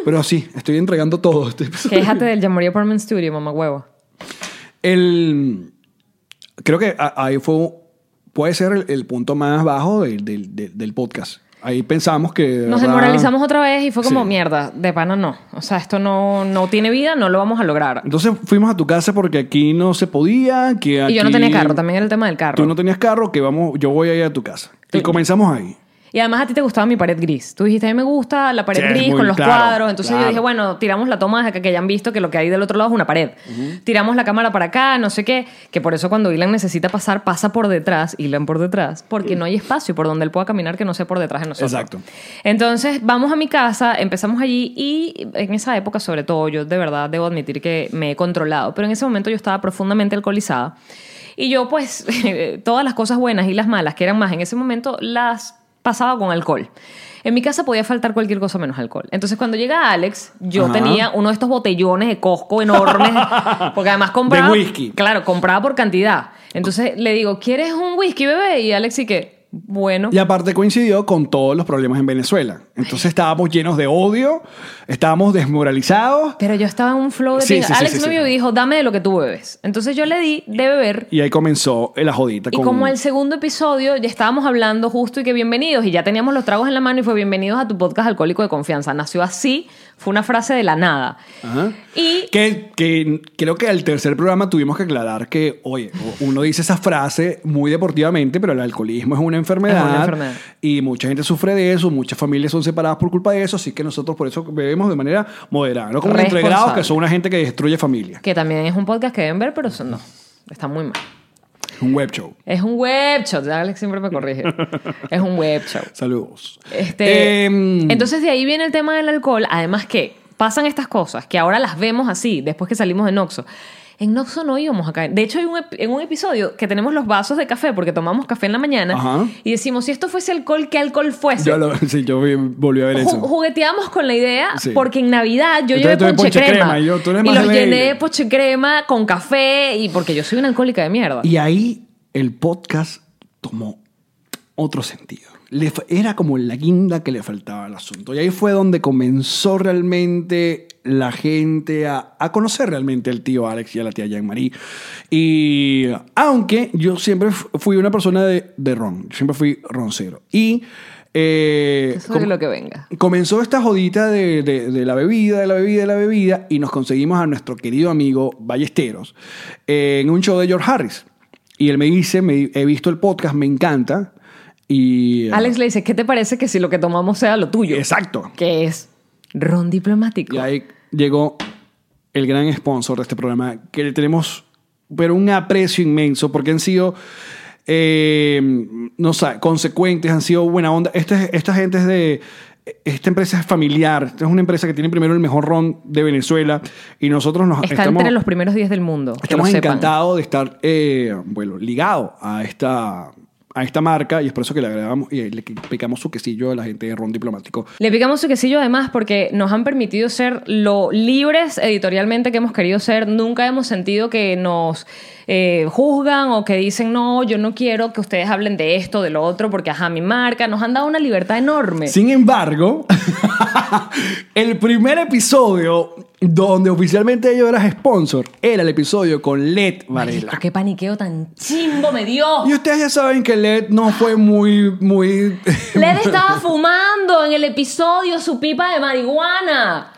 Pero sí, estoy entregando todo. Estoy-
Quéjate del Jamorio Apartment Studio, mamá huevo.
El, creo que a- ahí fue, puede ser el, el punto más bajo del, del, del- del podcast. Ahí pensamos que... de
Nos
verdad-
desmoralizamos otra vez y fue como,
Sí.
mierda, de pana no. O sea, esto no, no tiene vida, no lo vamos a lograr.
Entonces fuimos a tu casa porque aquí no se podía, que
Y yo no
aquí-
tenía carro, también era el tema del carro.
Tú no tenías carro, que vamos, yo voy a ir a tu casa. Y
Tú-
comenzamos ahí.
Y además a ti te gustaba mi pared gris. Tú dijiste, a mí me gusta la pared
Sí,
gris
muy
con los
claro,
cuadros. Entonces
claro.
yo dije, bueno, tiramos la toma desde que, que ya han visto que lo que hay del otro lado es una pared. Tiramos la cámara para acá, no sé qué. Que por eso cuando Ilan necesita pasar, pasa por detrás, Ilan por detrás, porque no hay espacio por donde él pueda caminar que no sea por detrás de nosotros.
Exacto.
Entonces vamos a mi casa, empezamos allí y en esa época sobre todo yo de verdad debo admitir que me he controlado, pero en ese momento yo estaba profundamente alcoholizada y yo pues todas las cosas buenas y las malas que eran más en ese momento las pasaba con alcohol. En mi casa podía faltar cualquier cosa menos alcohol. Entonces cuando llega Alex, yo
Ajá.
tenía uno de estos botellones de Costco enormes, porque además compraba...
De whisky.
Claro, compraba por cantidad. Entonces le digo, ¿quieres un whisky, bebé? Y Alex y que, bueno.
Y aparte coincidió con todos los problemas en Venezuela. Entonces estábamos llenos de odio, estábamos desmoralizados
Pero yo estaba en un flow de
Sí,
pinga.
sí, sí,
Alex
sí,
me
sí.
vio y dijo, dame de lo que tú bebes. Entonces yo le di de beber.
y ahí comenzó la jodita.
Y
con-
como el segundo episodio ya estábamos hablando justo y que bienvenidos y ya teníamos los tragos en la mano y fue bienvenidos a tu podcast alcohólico de confianza. Nació así, fue una frase de la nada.
Ajá.
Y
Que, que creo que al tercer programa tuvimos que aclarar que, oye, uno dice esa frase muy deportivamente, pero el alcoholismo es una enfermedad.
Es una enfermedad.
Y mucha gente sufre de eso, muchas familias son separadas por culpa de eso, así que nosotros por eso bebemos de manera moderada. No como los
Responsable.
entregrados, que son una gente que destruye familia.
que también es un podcast que deben ver, pero eso no, está muy mal.
Un web show.
Es un web show, Ya Alex siempre me corrige. es un web show.
Saludos.
Este,
Em,
entonces de ahí viene el tema del alcohol. Además que pasan estas cosas que ahora las vemos así después que salimos de Noxo. En Noxo no íbamos a caer. De hecho, hay un ep- en un episodio que tenemos los vasos de café porque tomamos café en la mañana
Ajá.
y decimos, si esto fuese alcohol, ¿qué alcohol fuese?
Yo, lo- sí, yo vi- volví a ver
Ju-
eso.
jugueteamos con la idea
Sí.
porque en Navidad yo
Entonces
llevé
tú eres
ponche,
ponche
crema,
crema, y yo- tú eres
y
más
los
de
llené de
baby.
ponche crema con café y porque yo soy una alcohólica de mierda.
Y ahí el podcast tomó otro sentido. Le fa- era como la guinda que le faltaba al asunto. Y ahí fue donde comenzó realmente la gente a, a conocer realmente al tío Alex y a la tía Jean-Marie. Y aunque yo siempre fu- fui una persona de, de ron, yo siempre fui roncero. Y... eh,
Eso es
com-
lo que venga.
Comenzó esta jodita de, de- de la bebida, de la bebida, de la bebida, y nos conseguimos a nuestro querido amigo Ballesteros eh, en un show de George Harris. Y él me dice, me- he visto el podcast, me encanta. Y...
Alex le dice, ¿qué te parece que si lo que tomamos sea lo tuyo?
Exacto.
Que es ron diplomático.
Y ahí llegó el gran sponsor de este programa, que le tenemos, pero un aprecio inmenso, porque han sido, eh, no sé, consecuentes, han sido buena onda. Esta, esta gente es de... Esta empresa es familiar, Esta es una empresa que tiene primero el mejor ron de Venezuela y nosotros nos
Está entre los primeros 10 del mundo. que
Estamos
lo sepan.
encantados de estar, eh, bueno, ligado a esta, a esta marca y es por eso que le agregamos y le picamos su quesillo a la gente de Ron Diplomático.
Le picamos su quesillo además porque nos han permitido ser lo libres editorialmente que hemos querido ser. Nunca hemos sentido que nos eh, juzgan o que dicen, no, yo no quiero que ustedes hablen de esto, de lo otro, porque ajá, mi marca. Nos han dado una libertad enorme.
Sin embargo, el primer episodio donde oficialmente yo era sponsor era el episodio con Led
Marico,
Varela.
qué paniqueo tan chimbo me dio.
Y ustedes ya saben que Led no fue muy, muy...
Led estaba fumando en el episodio su pipa de marihuana.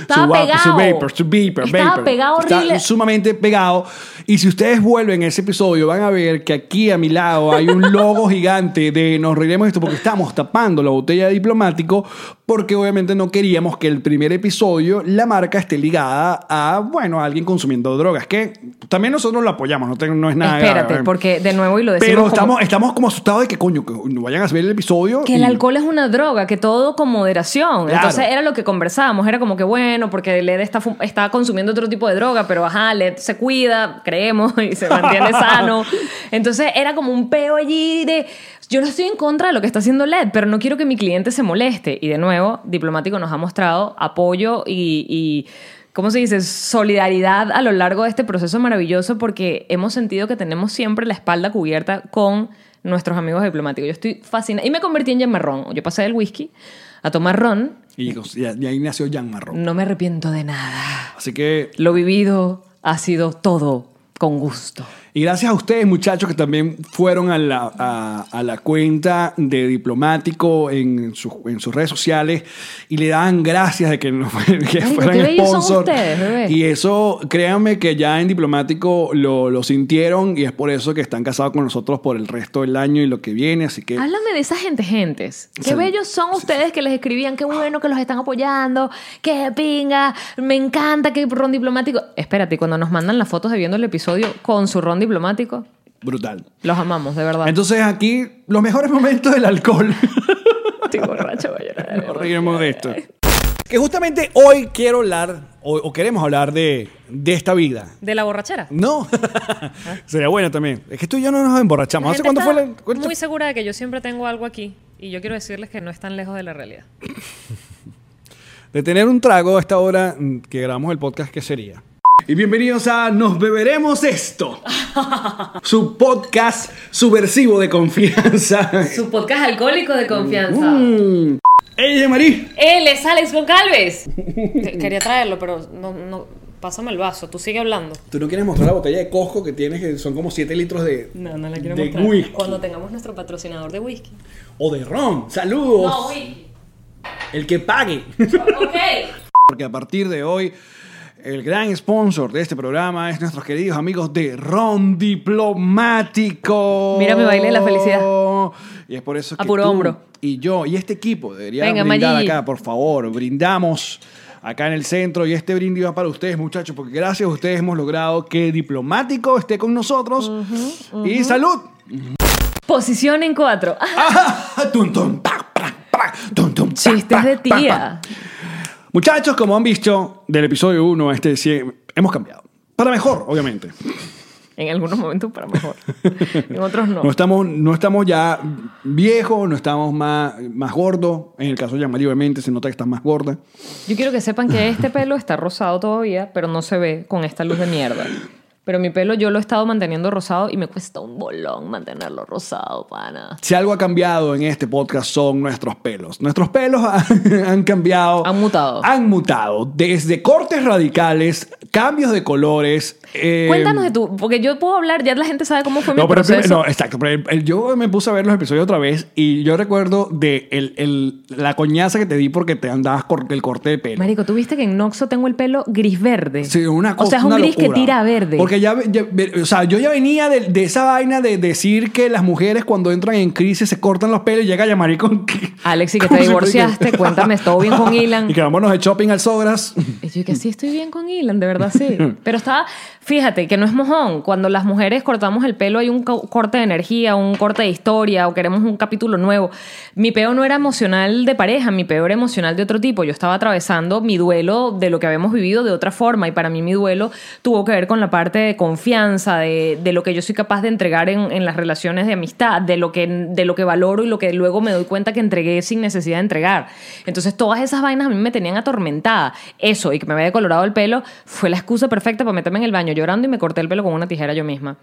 Estaba
su, va-
pegado.
su vapor, su vapor,
Estaba
vapor.
pegado
Está
horrible.
sumamente pegado. Y si ustedes vuelven a ese episodio, van a ver que aquí a mi lado hay un logo gigante de nos reiremos de esto porque estamos tapando la botella de diplomático porque obviamente no queríamos que el primer episodio la marca esté ligada a, bueno, a alguien consumiendo drogas, que también nosotros lo apoyamos, no, te- no es nada
Espérate,
grave.
porque de nuevo y lo decimos
Pero
como-
estamos, estamos como asustados de que coño, que no vayan a ver el episodio.
Que el
y-
alcohol es una droga, que todo con moderación.
Claro.
Entonces era lo que conversábamos. Era como que bueno, porque Led está, fu- está consumiendo otro tipo de droga, pero ajá, Led se cuida, creemos, y se mantiene sano. Entonces era como un peo allí de. Yo no estoy en contra de lo que está haciendo Led, pero no quiero que mi cliente se moleste. Y de nuevo, Diplomático nos ha mostrado apoyo y. y, ¿Cómo se dice? Solidaridad a lo largo de este proceso maravilloso porque hemos sentido que tenemos siempre la espalda cubierta con nuestros amigos diplomáticos. Yo estoy fascinada. Y me convertí en Jan Marrón. Yo pasé del whisky a tomar ron.
Y, y ahí nació Jan Marrón.
No me arrepiento de nada.
Así que
Lo vivido ha sido todo con gusto.
Y gracias a ustedes, muchachos, que también fueron a la, a- a la cuenta de Diplomático en, sus- en sus redes sociales y le dan gracias de que, no fue- que
Marico,
fueran
qué bellos son
sponsor.
ustedes, bebé.
y eso, créanme que ya en Diplomático lo, lo sintieron y es por eso que están casados con nosotros por el resto del año y lo que viene. Así que
Háblame de esas gente gentes. Qué
Sí.
bellos son ustedes que les escribían, qué bueno que los están apoyando, qué pinga, me encanta que ron diplomático.
Espérate, cuando nos mandan las fotos de viendo el episodio con su ron diplomático,
brutal.
los amamos, de verdad.
Entonces aquí, los mejores momentos del alcohol.
Estoy borracho, voy a llorar.
Nos reiremos de esto. Que justamente hoy quiero hablar, o, o queremos hablar de, de esta vida.
¿De la borrachera?
No. Sería bueno también. Es que tú y yo no nos emborrachamos. ¿Hace cuánto fue la.? cuánto-
Muy segura de que yo siempre tengo algo aquí. Y yo quiero decirles que no es tan lejos de la realidad.
De tener un trago a esta hora mm, que grabamos el podcast, ¿qué sería? Y bienvenidos a Nos Beberemos Esto. su podcast subversivo de confianza.
Su podcast alcohólico de confianza.
¡Ella, Marí!
Él es Alex Goncalves.
Quería traerlo, pero no, no. Pásame el vaso, tú sigue hablando.
Tú no quieres mostrar la botella de Costco que tienes, que son como 7 litros de.
No, no la quiero
de
mostrar.
whisky.
Cuando tengamos nuestro patrocinador de whisky.
O de ron. ¡Saludos!
whisky.
El que pague.
Ok.
Porque a partir de hoy, el gran sponsor de este programa es nuestros queridos amigos de Ron Diplomático.
Mira mi baile de la felicidad.
Y es por eso que
A puro
tú
hombro.
y yo y este equipo deberíamos
Venga,
brindar
Maggi.
acá, por favor. Brindamos acá en el centro y este brindis va para ustedes, muchachos, porque gracias a ustedes hemos logrado que Diplomático esté con nosotros. Y salud.
Posición en cuatro. Ah,
Ah, tum, tum, pa, pra, pra, tum, tum, pa,
Chistes
pa,
de
pa, pa.
tía.
Muchachos, como han visto del episodio 1 a este 100, hemos cambiado. Para mejor, obviamente.
En algunos momentos para mejor. En otros no.
No estamos, no estamos ya viejos, no estamos más, más gordos. En el caso de Yamari, obviamente, se nota que está más gorda.
Yo quiero que sepan que este pelo está rosado todavía, pero no se ve con esta luz de mierda. Pero mi pelo yo lo he estado manteniendo rosado y me cuesta un bolón mantenerlo rosado, pana.
Si algo ha cambiado en este podcast son nuestros pelos. Nuestros pelos han, han cambiado.
Han mutado.
Han mutado. Desde cortes radicales, cambios de colores. eh,
Cuéntanos de tú, porque yo puedo hablar, ya la gente sabe cómo fue mi
No, pero el
proceso.
primer- no, exacto. Pero el- el- yo me puse a ver los episodios otra vez y yo recuerdo de el- el- la coñaza que te di porque te andabas con el corte de pelo.
Marico, tú viste que en Noxo tengo el pelo gris verde.
eh, Sí, una cosa,
O sea, es un
una
gris que
locura.
tira a verde.
Porque porque ya, ya- o sea, yo ya venía de, de esa vaina de decir que las mujeres cuando entran en crisis se cortan los pelos y llega a llamar y con que-
Alex, ¿y que
¿Cómo
te
se puede que-
divorciaste? Cuéntame, ¿todo bien con Ilan?
y que vámonos de shopping al Sogras.
Y yo que sí estoy bien con Ilan, de verdad sí. Pero estaba, fíjate, que no es mojón. Cuando las mujeres cortamos el pelo hay un co- corte de energía, un corte de historia o queremos un capítulo nuevo. Mi peor no era emocional de pareja, mi peor era emocional de otro tipo. Yo estaba atravesando mi duelo de lo que habíamos vivido de otra forma y para mí mi duelo tuvo que ver con la parte de confianza, de, de lo que yo soy capaz de entregar en, en las relaciones de amistad, de lo, que, de lo que valoro y lo que luego me doy cuenta que entregué sin necesidad de entregar. Entonces todas esas vainas a mí me tenían atormentada. Eso y que me había decolorado el pelo fue la excusa perfecta para meterme en el baño llorando y me corté el pelo con una tijera yo misma.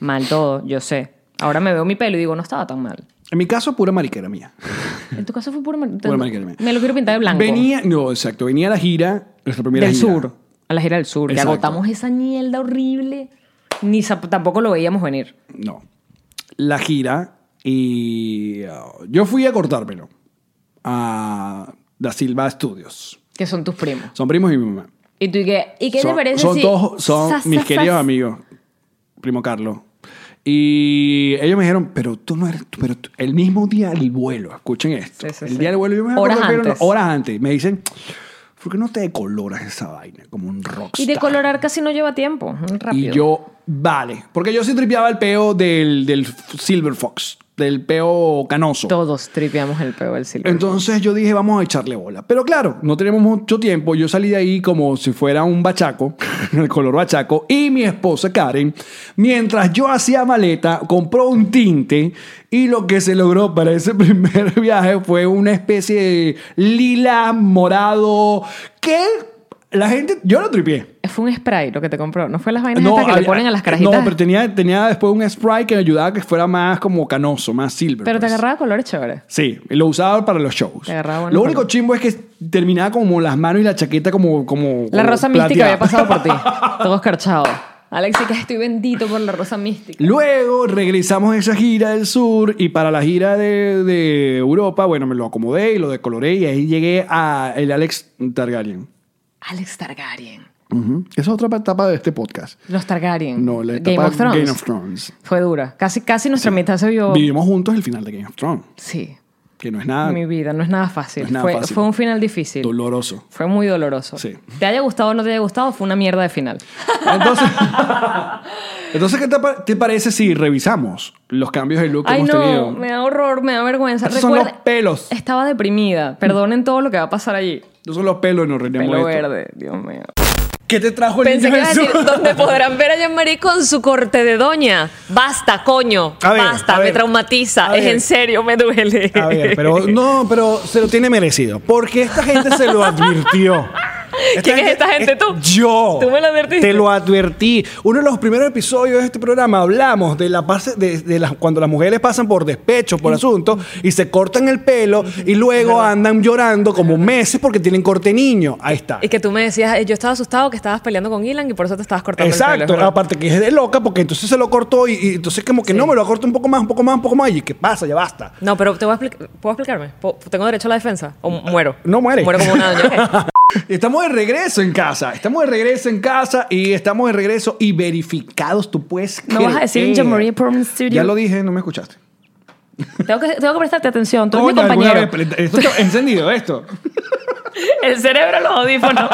Mal todo, yo sé. Ahora me veo mi pelo y digo, no estaba tan mal.
En mi caso, pura mariquera mía.
En tu caso fue puro... mar-
Pura mariquera mía.
Me lo quiero pintar de blanco.
Venía, no, exacto, venía a la gira, nuestra primera
Del
gira.
sur, a la gira del sur. Que
Exacto.
agotamos esa mierda horrible. Ni sap- tampoco lo veíamos venir.
No. La gira y uh, yo fui a cortármelo a Da Silva Studios.
Que son tus primos.
Son primos y mi mamá.
Y tú, ¿y qué, ¿y qué
son,
te parece
son
si-
todos son
Sa, sa,
mis
sa.
queridos amigos primo Carlos y ellos me dijeron pero tú no eres tú- pero tú- el mismo día del vuelo escuchen esto
Sí, sí,
el
sí.
día del vuelo yo me voy a
Horas
cortar el pelo,
antes.
no, horas antes me dicen ¿por qué no te decoloras esa vaina como un rockstar?
Y de colorar casi no lleva tiempo. mm, Rápido.
Y yo, vale. Porque yo sí tripeaba el peo del, del Silver Fox, del peo canoso.
Todos tripeamos el peo del silver.
Entonces yo dije, vamos a echarle bola. Pero claro, no tenemos mucho tiempo. Yo salí de ahí como si fuera un bachaco, el color bachaco. Y mi esposa Karen, mientras yo hacía maleta, compró un tinte. Y lo que se logró para ese primer viaje fue una especie de lila morado que la gente, yo lo tripié.
fue un spray lo que te compró. No fue las vainas estas que le
había- eh,
ponen a las carajitas.
No, pero tenía, tenía después un spray que me ayudaba a que fuera más como canoso, más silver.
Pero te
pues.
agarraba colores chéveres.
Sí, y lo usaba para los shows.
Te agarraba buenos
Lo único
colores.
chimbo es que terminaba como las manos y la chaqueta como. como
La
como
rosa mística
plateada.
había pasado por ti. Todo escarchado. Alex, y que estoy bendito por la rosa mística.
Luego regresamos a esa gira del sur y para la gira de, de Europa, bueno, me lo acomodé y lo decoloré y ahí llegué a el Alex Targaryen.
Alex Targaryen.
Ujú. Esa es otra etapa de este podcast.
Los Targaryen.
No, la etapa
Game of Thrones.
Game of Thrones.
Fue dura. Casi, casi nuestra mitad se vio.
Vivimos juntos el final de Game of Thrones,
Sí.
que no es nada
Mi vida, no es nada fácil.
Ah. No es nada
fue,
fácil.
fue un final difícil.
doloroso.
Fue muy doloroso.
Sí.
Te haya gustado o no te haya gustado, fue una mierda de final.
Entonces, entonces ¿qué te, pa- te parece si revisamos los cambios de look que
Ay,
hemos
no,
tenido?
me da horror, me da vergüenza.
Estos son los
Recuerda-
pelos.
Estaba deprimida. Perdonen todo lo que va a pasar allí.
Estos son los pelos y nos rendimos
Pelo
esto.
verde, Dios mío.
¿Qué te trajo el
Pensé que
niño
iba a
Jesús?
decir, ¿dónde podrán ver a Jean-Marie con su corte de doña? Basta, coño.
A ver,
Basta,
a ver.
me traumatiza.
A
Es
ver.
en serio, me duele.
A ver, pero no, pero se lo tiene merecido. Porque esta gente se lo advirtió. Esta
¿Quién es esta gente, tú?
Yo.
Tú me lo advertiste.
Te lo advertí. Uno de los primeros episodios de este programa hablamos de la pase- de, de las- cuando las mujeres pasan por despecho,
Mm.
por asunto, y se cortan el pelo y luego andan llorando como meses porque tienen corte niño. Ahí está.
Y que tú me decías, eh, yo estaba asustado que estabas peleando con Ilan y por eso te estabas cortando el pelo. es
Exacto,
verdad.
aparte que es de loca porque entonces se lo cortó y, y entonces como que no, me lo corto un poco más, un poco más, un poco más y ¿qué pasa? Ya basta.
No, pero te voy a explicar. ¿Puedo explicarme? ¿Puedo- ¿Tengo derecho a la defensa?
Mm,
¿O
eh,
mu- muero?
No mueres.
Muero como una doña. Ok.
Estamos de regreso en casa. Estamos de regreso en casa y estamos de regreso y verificados. Tú puedes.
No vas a decir
creer.
Jean-Marie Porn Studio.
Ya lo dije, no me escuchaste.
Tengo que, tengo que prestarte atención. Tú eres mi
Coño, alguna
compañero.
vez- esto está encendido esto.
El cerebro, los audífonos.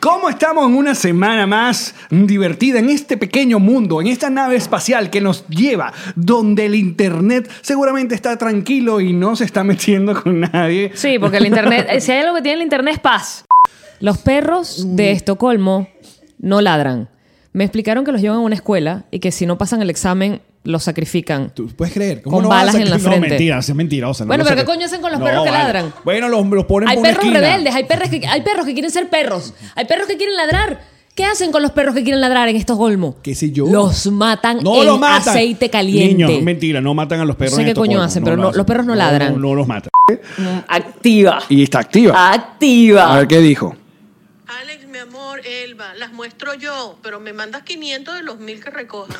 ¿Cómo estamos en una semana más divertida en este pequeño mundo, en esta nave espacial que nos lleva, donde el Internet seguramente está tranquilo y no se está metiendo con nadie?
Sí, porque el internet, eh, si hay algo que tiene el internet es paz. Los perros
Mm.
de Estocolmo no ladran. Me explicaron que los llevan a una escuela y que si no pasan el examen los sacrifican.
¿Tú puedes creer?
Con
vas a
balas en
sacar-
la frente.
No, mentiras, es mentirosa. no
Bueno,
lo
pero ¿qué
saques.
coño hacen con los perros que ladran?
Bueno, los, los ponen
Hay
por una
perros
esquina.
rebeldes, hay perros, que, hay perros que quieren ser perros, hay perros que quieren ladrar. ¿Qué hacen con los perros que quieren ladrar en Estocolmo?
¿Qué sé yo?
Los matan en
los matan.
aceite caliente.
Niños, mentira, no matan a los perros.
sé
en
qué coño
Estocolmo,
hacen, pero
lo
no- los perros no ladran.
No, no los matan.
Activa.
Y está activa.
Activa.
A ver qué dijo.
Alex, mi amor, Elba, las muestro yo, pero me mandas 500 de los mil que recojas.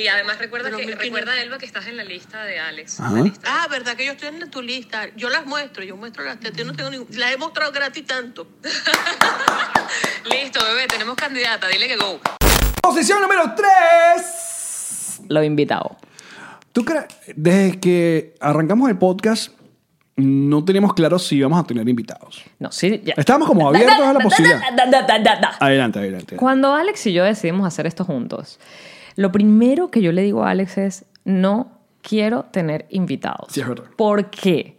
Y además recuerda,
Pero
que,
mil
recuerda
quinientos.
Elba, que estás en la lista de Alex.
Ajá.
Ah, ¿verdad que yo estoy en tu lista? Yo las muestro, yo muestro las tetas, yo no tengo ningún... Las he mostrado gratis tanto.
Listo, bebé, tenemos candidata, dile que go.
Posición número 3.
Lo he invitado.
¿Tú crees? Desde que arrancamos el podcast, no teníamos claro si íbamos a tener invitados.
No, sí, ya.
Estábamos como abiertos a la posibilidad.
Da, da, da, da, da.
Adelante, adelante.
Cuando Alex y yo decidimos hacer esto juntos, lo primero que yo le digo a Alex es, no quiero tener invitados.
Sí, es verdad.
¿Por qué?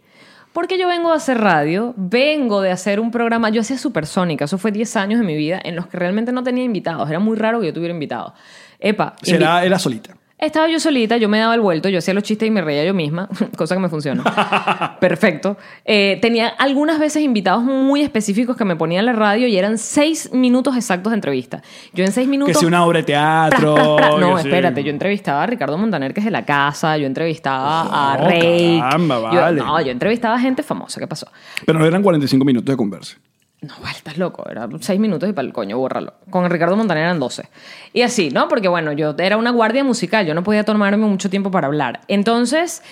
Porque yo vengo a hacer radio, vengo de hacer un programa, yo hacía Supersónica, eso fue 10 años de mi vida en los que realmente no tenía invitados, era muy raro que yo tuviera invitados. Epa, invi-
Será Ah, era solita.
estaba yo solita, yo me daba el vuelto, yo hacía los chistes y me reía yo misma, cosa que me funciona. Perfecto. Eh, tenía algunas veces invitados muy específicos que me ponía en la radio y eran seis minutos exactos de entrevista. Yo en seis
Que
minutos...
si una obra de teatro.
Tras, tras, tras. No,
que si-
espérate, yo entrevistaba a Ricardo Montaner, que es de la casa, yo entrevistaba a
Oh,
Rey.
caramba,
Yo-
vale.
no, yo entrevistaba a gente famosa, ¿qué pasó?
Pero no eran 45 minutos de conversa.
No, vale, estás loco, era seis minutos y para el coño, bórralo. Con Ricardo Montaner eran 12. Y así, ¿no? Porque bueno, yo era una guardia musical, yo no podía tomarme mucho tiempo para hablar. Entonces,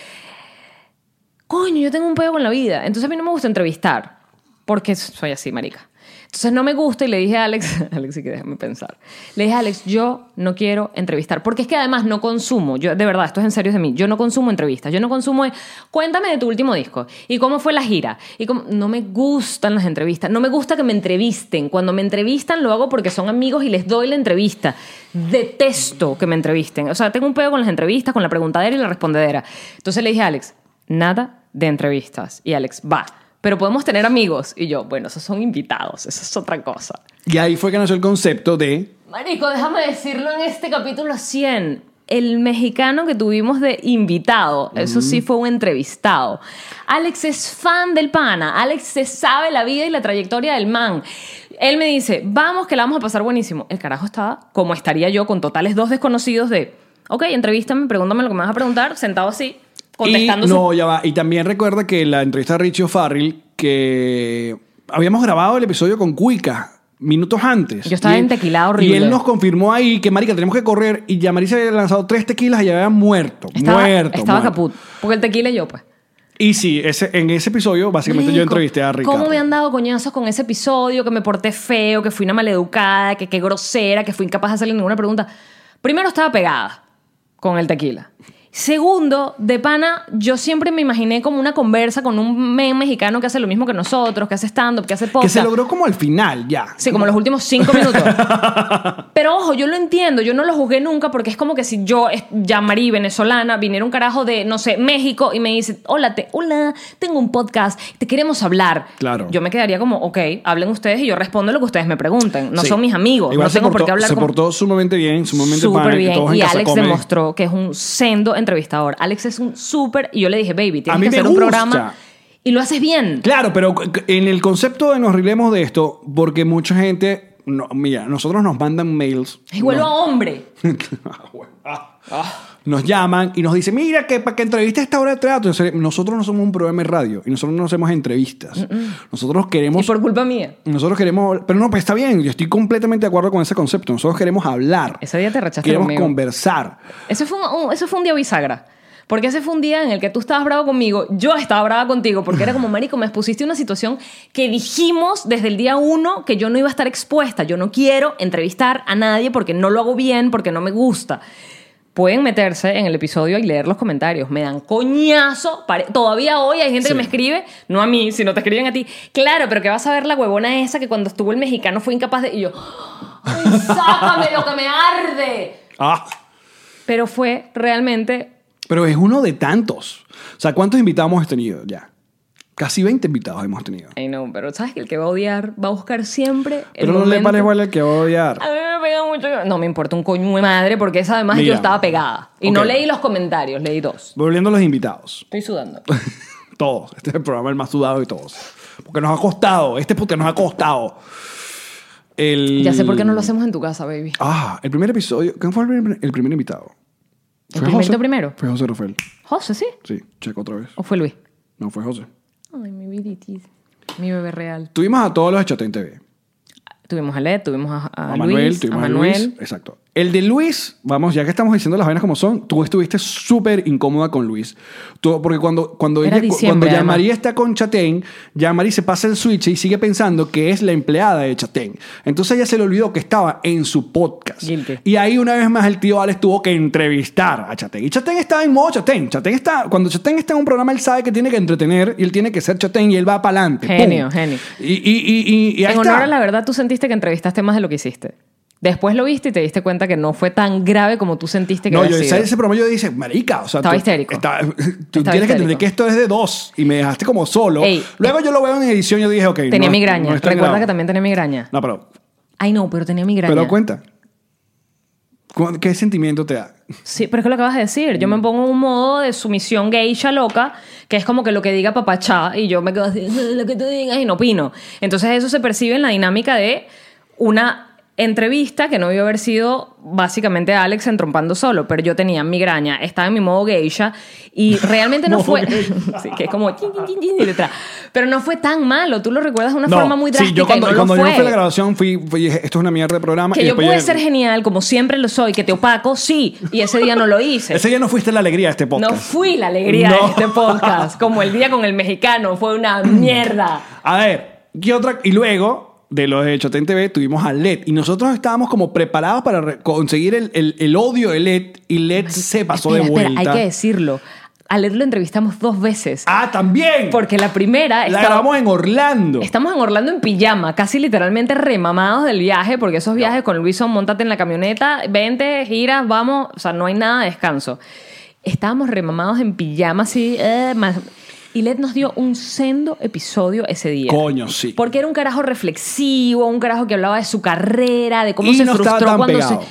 coño, yo tengo un pedo con la vida. Entonces a mí no me gusta entrevistar, porque soy así, marica. Entonces no me gusta y le dije a Alex, Alex, sí que déjame pensar. Le dije a Alex, yo no quiero entrevistar, porque es que además no consumo, yo de verdad, esto es en serio de mí, yo no consumo entrevistas, yo no consumo, eh, cuéntame de tu último disco y cómo fue la gira. Y cómo- no me gustan las entrevistas, no me gusta que me entrevisten. Cuando me entrevistan lo hago porque son amigos y les doy la entrevista. Detesto que me entrevisten. O sea, tengo un pedo con las entrevistas, con la preguntadera y la respondedera. Entonces le dije a Alex, nada de entrevistas. Y Alex, va, pero podemos tener amigos. Y yo, bueno, esos son invitados, eso es otra cosa.
Y ahí fue que nació el concepto de.
Marico, déjame decirlo en este capítulo 100. El mexicano que tuvimos de invitado, eso sí fue un entrevistado. Alex es fan del pana, Alex se sabe la vida y la trayectoria del man. Él me dice, vamos que la vamos a pasar buenísimo. El carajo estaba como estaría yo con totales dos desconocidos de, ok, entrevístame, pregúntame lo que me vas a preguntar, sentado así, contestando
y,
sus
No, ya va. Ah, Y también recuerda que la entrevista a Richie O'Farrell, que habíamos grabado el episodio con Cuica minutos antes.
Yo estaba
Y él-
entequilada horrible.
Y él nos confirmó ahí que, marica, tenemos que correr. Y ya María se había lanzado tres tequilas y ya había muerto.
Estaba,
muerto.
Estaba
muerto.
caput. Porque el tequila y yo, pues.
Y sí, ese, en ese episodio, básicamente yo
Marico,
entrevisté a Ricardo.
¿Cómo me han dado coñazos con ese episodio? Que me porté feo, que fui una maleducada, que qué grosera, que fui incapaz de hacerle ninguna pregunta. Primero, estaba pegada con el tequila. Segundo, de pana, yo siempre me imaginé como una conversa con un men mexicano que hace lo mismo que nosotros, que hace stand-up, que hace podcast.
que se logró como al final, ya.
Sí, como los últimos cinco minutos. Pero ojo, yo lo entiendo, yo no lo juzgué nunca porque es como que si yo, es- ya marí venezolana, viniera un carajo de, no sé, México y me dice, hola, te, hola, tengo un podcast, te queremos hablar.
Claro.
Yo me quedaría como, ok, hablen ustedes y yo respondo lo que ustedes me pregunten. No
Sí.
son mis amigos,
Igual
no
se
tengo por
portó-
qué hablar
Se
con-
portó sumamente bien, sumamente pana,
Súper
que todos
bien.
en
Y
casa
Alex
comen.
demostró que es un sendo entrevistador. Alex es un súper. Y yo le dije, baby,
A
tienes
mí
que
me
hacer un
gusta.
programa. Y lo haces bien.
Claro, pero c- c- en el concepto de nos rilemos de esto, porque mucha gente, no, mira, nosotros nos mandan mails.
Es Igual
nos-
a hombre.
Nos llaman y nos dicen, mira, que para que entrevista a esta hora de teatro. Entonces, Nosotros no somos un programa de radio y nosotros no hacemos entrevistas. Nosotros
Y
queremos...
por culpa mía.
Nosotros queremos... Pero no, pues está bien, yo estoy completamente de acuerdo con ese concepto. Nosotros queremos hablar.
Ese día te rechazaste
Queremos
conmigo.
conversar.
Eso fue un, un- eso fue un día bisagra. Porque ese fue un día en el que tú estabas bravo conmigo, yo estaba brava contigo, porque era como, marico, me expusiste a una situación que dijimos desde el día uno que yo no iba a estar expuesta. Yo no quiero entrevistar a nadie porque no lo hago bien, porque no me gusta. Pueden meterse en el episodio y leer los comentarios. Me dan coñazo. pare- Todavía hoy hay gente que me escribe, no a mí, sino te escriben a ti. Claro, pero que vas a ver la huevona esa que cuando estuvo el mexicano fue incapaz de... Y yo, ¡ay, sácame lo que me arde!
Ah,
pero fue realmente
pero es uno de tantos. O sea, ¿cuántos invitados hemos tenido ya? Casi 20 invitados hemos tenido.
ay no pero sabes que el que va a odiar va a buscar siempre el
Pero no le
momento-
parece igual al que va a odiar.
a mí me pega mucho no me importa un coño de madre porque esa además
Mira.
yo estaba pegada y no
Ok.
leí los comentarios leí dos
Volviendo a los invitados.
estoy sudando
Todos. Este es el programa el más sudado de todos. Porque nos ha costado. Este porque nos ha costado. El...
ya sé por qué no lo hacemos en tu casa baby
Ah, el primer episodio. ¿Quién fue el primer, el primer invitado? ¿Fue
¿El primerito
José?
primero?
Fue José Rafael.
José sí
Sí, checo otra vez.
o fue Luis
No, fue José.
ay mi viditis mi bebé real
Tuvimos a todos los de Chatein TV.
tuvimos a Led tuvimos a, a
A
Luis,
Manuel, tuvimos
a
a,
Manuel
Luis. Exacto. El de Luis, vamos, ya que estamos diciendo las vainas como son, tú estuviste súper incómoda con Luis. Tú- porque cuando, cuando,
Era
ella, cu- cuando
diciembre, además.
Yamari está con Chatén, Yamari se pasa el switch y sigue pensando que es la empleada de Chatén. Entonces ella se le olvidó que estaba en su podcast.
Guilty.
Y ahí una vez más el tío Alex tuvo que entrevistar a Chatén. Y Chatén estaba en modo Chatén. Chatén está, cuando Chatén está en un programa, él sabe que tiene que entretener y él tiene que ser Chatén y él va para adelante.
Genio, genio.
Y, y, y, y, y ahí está.
en honor a la verdad, tú sentiste que entrevistaste más de lo que hiciste. Después lo viste y te diste cuenta que no fue tan grave como tú sentiste que
No,
había
yo
sido.
ese, ese promo yo dije, marica, o sea,
Estaba
tú-
histérico.
está- tú
Estaba
tienes que entender
histérico.
que esto es de dos y me dejaste como solo.
Ey,
Luego yo lo veo en edición y yo dije, ok.
Tenía
no-
migraña.
no está
Recuerda
grabado.
que también tenía migraña.
No, pero,
Ay, no, pero tenía migraña.
pero cuenta. ¿Cu- ¿Qué sentimiento te da?
Sí, pero es que lo acabas de decir.
Mm.
Yo me pongo en un modo de sumisión geisha loca, que es como que lo que diga papachá, y yo me quedo así, lo que tú digas, y no opino. Entonces eso se percibe en la dinámica de una entrevista que no debió haber sido básicamente Alex entrompando solo, pero yo tenía migraña, estaba en mi modo geisha, y realmente no
Modo
fue...
geisha.
sí, que es como... chin, chin, chin, chin, y detrás. Pero no fue tan malo, tú lo recuerdas de una
No,
forma muy drástica.
Sí, yo cuando,
y no
cuando
lo
yo
fue.
fui a la grabación, fui, fui, dije, esto es una mierda de programa. y
que yo
después
pude
llegué-
ser genial, como siempre lo soy, que te opaco, sí, y ese día no lo hice.
Ese día no fuiste la alegría de este podcast.
No fui la alegría
No.
de este podcast, como el día con el mexicano, fue una mierda.
A ver, ¿qué otra? Y luego, de los de Chotén TV, tuvimos a LED. Y nosotros estábamos como preparados para re- conseguir el, el- el odio de LED. Y LED se pasó
Espera,
de
espera,
vuelta.
hay que decirlo. A Led lo entrevistamos dos veces.
¡Ah, también!
Porque la primera
la
estaba-
grabamos en Orlando.
Estamos en Orlando en pijama, casi literalmente remamados del viaje, porque esos viajes con Luis son montate en la camioneta, vente, giras, vamos, o sea, no hay nada de descanso. Estábamos remamados en pijama, así, eh, más- y Led nos dio un sendo episodio ese día.
Coño, sí.
Porque era un carajo reflexivo, un carajo que hablaba de su carrera, de cómo
Y
se
no estaba
frustró
tan
cuando
pegado.
se,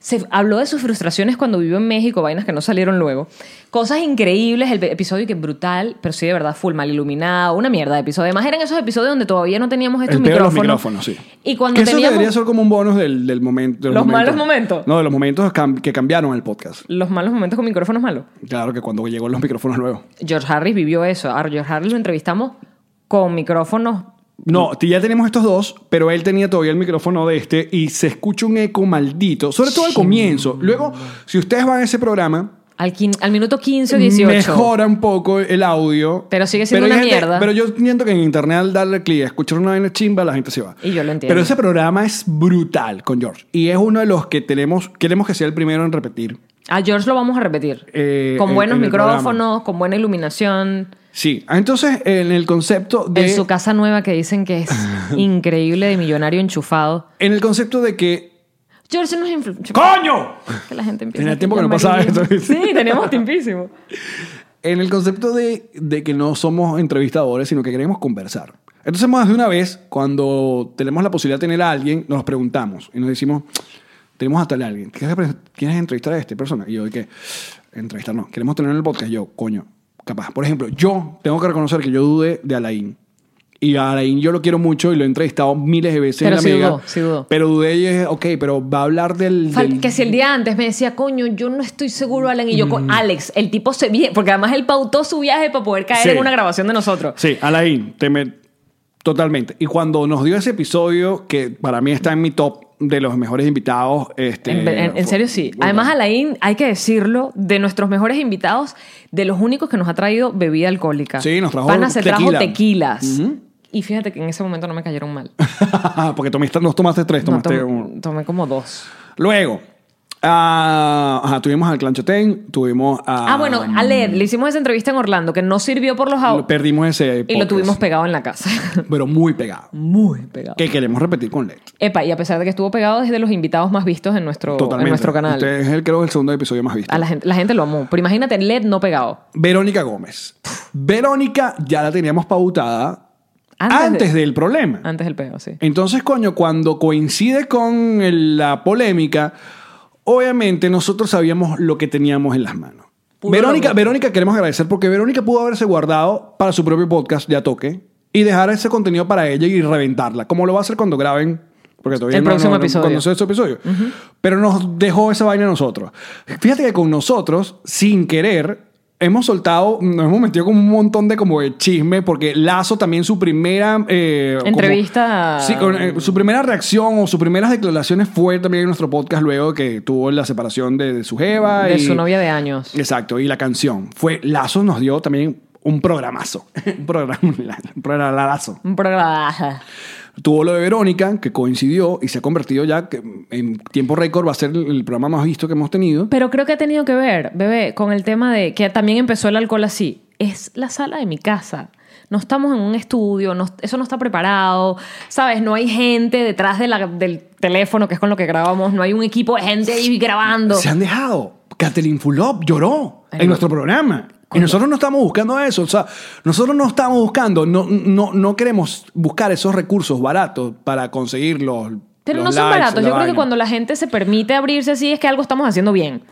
se habló de sus frustraciones cuando vivió en México, vainas que no salieron luego. Cosas increíbles, el episodio que brutal, pero sí de verdad full mal iluminado, una mierda de episodio. Además eran esos episodios donde todavía no teníamos estos
el peor de los
micrófonos.
micrófonos, sí.
Y cuando
que eso
teníamos
debería ser como un bonus del, del momento. de
Los malos momentos.
No, de los momentos cam- que cambiaron el podcast.
los malos momentos con micrófonos malos.
Claro que cuando llegó los micrófonos nuevos.
George Harris vivió eso. A George Harris lo entrevistamos con micrófonos
No,
Mm.
t- ya tenemos estos dos, pero él tenía todavía el micrófono de este y se escucha un eco maldito, sobre todo al comienzo.
Mm.
Luego, si ustedes van a ese programa,
al, quin- al minuto 15 o 18.
mejora un poco el audio.
Pero sigue siendo
hay
una
gente-
mierda.
Pero yo siento que en internet al darle clic, escuchar una vaina chimba, la gente se va.
Y yo lo entiendo.
Pero ese programa es brutal con George y es uno de los que tenemos, queremos que sea el primero en repetir.
A George lo vamos a repetir.
Eh,
con
en-
buenos
en el
micrófonos,
programa.
con buena iluminación.
Sí, Ah, entonces en el concepto de...
En su casa nueva que dicen que es increíble de millonario enchufado.
En el concepto de que...
George nos influ-
¡Coño!
Que la gente empieza
Tenía
a
tiempo que no
llamar y-
pasaba eso.
Sí, teníamos tiempísimo.
En el concepto de, de que no somos entrevistadores, sino que queremos conversar. Entonces, más de una vez, cuando tenemos la posibilidad de tener a alguien, nos preguntamos y nos decimos, tenemos a tal alguien, ¿quieres, pre- quieres entrevistar a esta persona? Y yo, ¿de qué? Entrevistar no, queremos tener en el podcast. Yo, coño, capaz. Por ejemplo, yo tengo que reconocer que yo dudé de Alain. Y a Alain yo lo quiero mucho y lo he entrevistado miles de veces
Pero
en la
sí
mega.
dudó, sí dudó.
Pero dudé y dije, ok, pero va a hablar del...
Fal-
del-
Que si el día antes me decía, coño, yo no estoy seguro, Alan, y yo,
Mm.
co- Alex, el tipo se vie- porque además él pautó su viaje para poder caer
Sí.
en una grabación de nosotros.
Sí, Alain, te me- totalmente. Y cuando nos dio ese episodio, que para mí está en mi top de los mejores invitados. Este,
En, en- en
fue-
serio, sí.
bueno.
Además, Alain, hay que decirlo, de nuestros mejores invitados, de los únicos que nos ha traído bebida alcohólica.
Sí, nos trajo
Pana se trajo
tequila.
tequilas.
Ujú.
Y fíjate que en ese momento no me cayeron mal.
Porque tomaste, no tomaste tres,
No,
tomaste
tom-
uno.
tomé como dos.
Luego, ah, ajá, tuvimos al Clan Chotén, tuvimos a.
Ah, bueno, a Led, le hicimos esa entrevista en Orlando que no sirvió por los
Lo-
autos.
Perdimos ese.
Y lo
podcast,
tuvimos pegado en la casa.
Pero muy pegado.
Muy pegado.
Que queremos repetir con LED.
Epa, y a pesar de que estuvo pegado, es de los invitados más vistos en nuestro,
Totalmente.
en nuestro canal.
Este es el, creo, el segundo episodio más visto.
A la gente, la gente lo amó. Pero imagínate, Led no pegado.
Verónica Gómez. Verónica ya la teníamos pautada
Antes
antes,
de-
del problema.
Antes del pegado, sí.
Entonces, coño, cuando coincide con el- la polémica, obviamente nosotros sabíamos lo que teníamos en las manos. Verónica, Verónica queremos agradecer porque Verónica pudo haberse guardado para su propio podcast de a toque y dejar ese contenido para ella y reventarla, como lo va a hacer cuando graben. Porque todavía
El
no-
próximo
no- no-
episodio.
Cuando sea ese episodio. Pero nos dejó esa vaina a nosotros. Fíjate que con nosotros, sin querer, hemos soltado, nos hemos metido con un montón de como de chisme, porque Lazo también su primera... eh, como-
Entrevista.
sí, con, eh, su primera reacción o sus primeras declaraciones fue también en nuestro podcast luego que tuvo la separación de, de su jeva.
de
y-
su novia de años.
Exacto, y la canción. Fue Lazo nos dio también un programazo. un programa, un programazo.
Un programa.
Tuvo lo de Verónica, que coincidió y se ha convertido ya, que en tiempo récord va a ser el programa más visto que hemos tenido.
Pero creo que ha tenido que ver, bebé, con el tema de que también empezó el alcohol así. Es la sala de mi casa. No estamos en un estudio, no- eso no está preparado, ¿sabes? No hay gente detrás de la- del teléfono, que es con lo que grabamos, no hay un equipo de gente ahí grabando.
Se han dejado. Catherine Fulop lloró
Ay,
en nuestro programa. Y
Coño.
nosotros no estamos buscando eso. O sea, nosotros no estamos buscando, no, no, no queremos buscar esos recursos baratos para conseguir los.
Pero
los
no son
likes,
baratos.
la
Yo creo que
vaina.
cuando la gente se permite abrirse así es que algo estamos haciendo bien.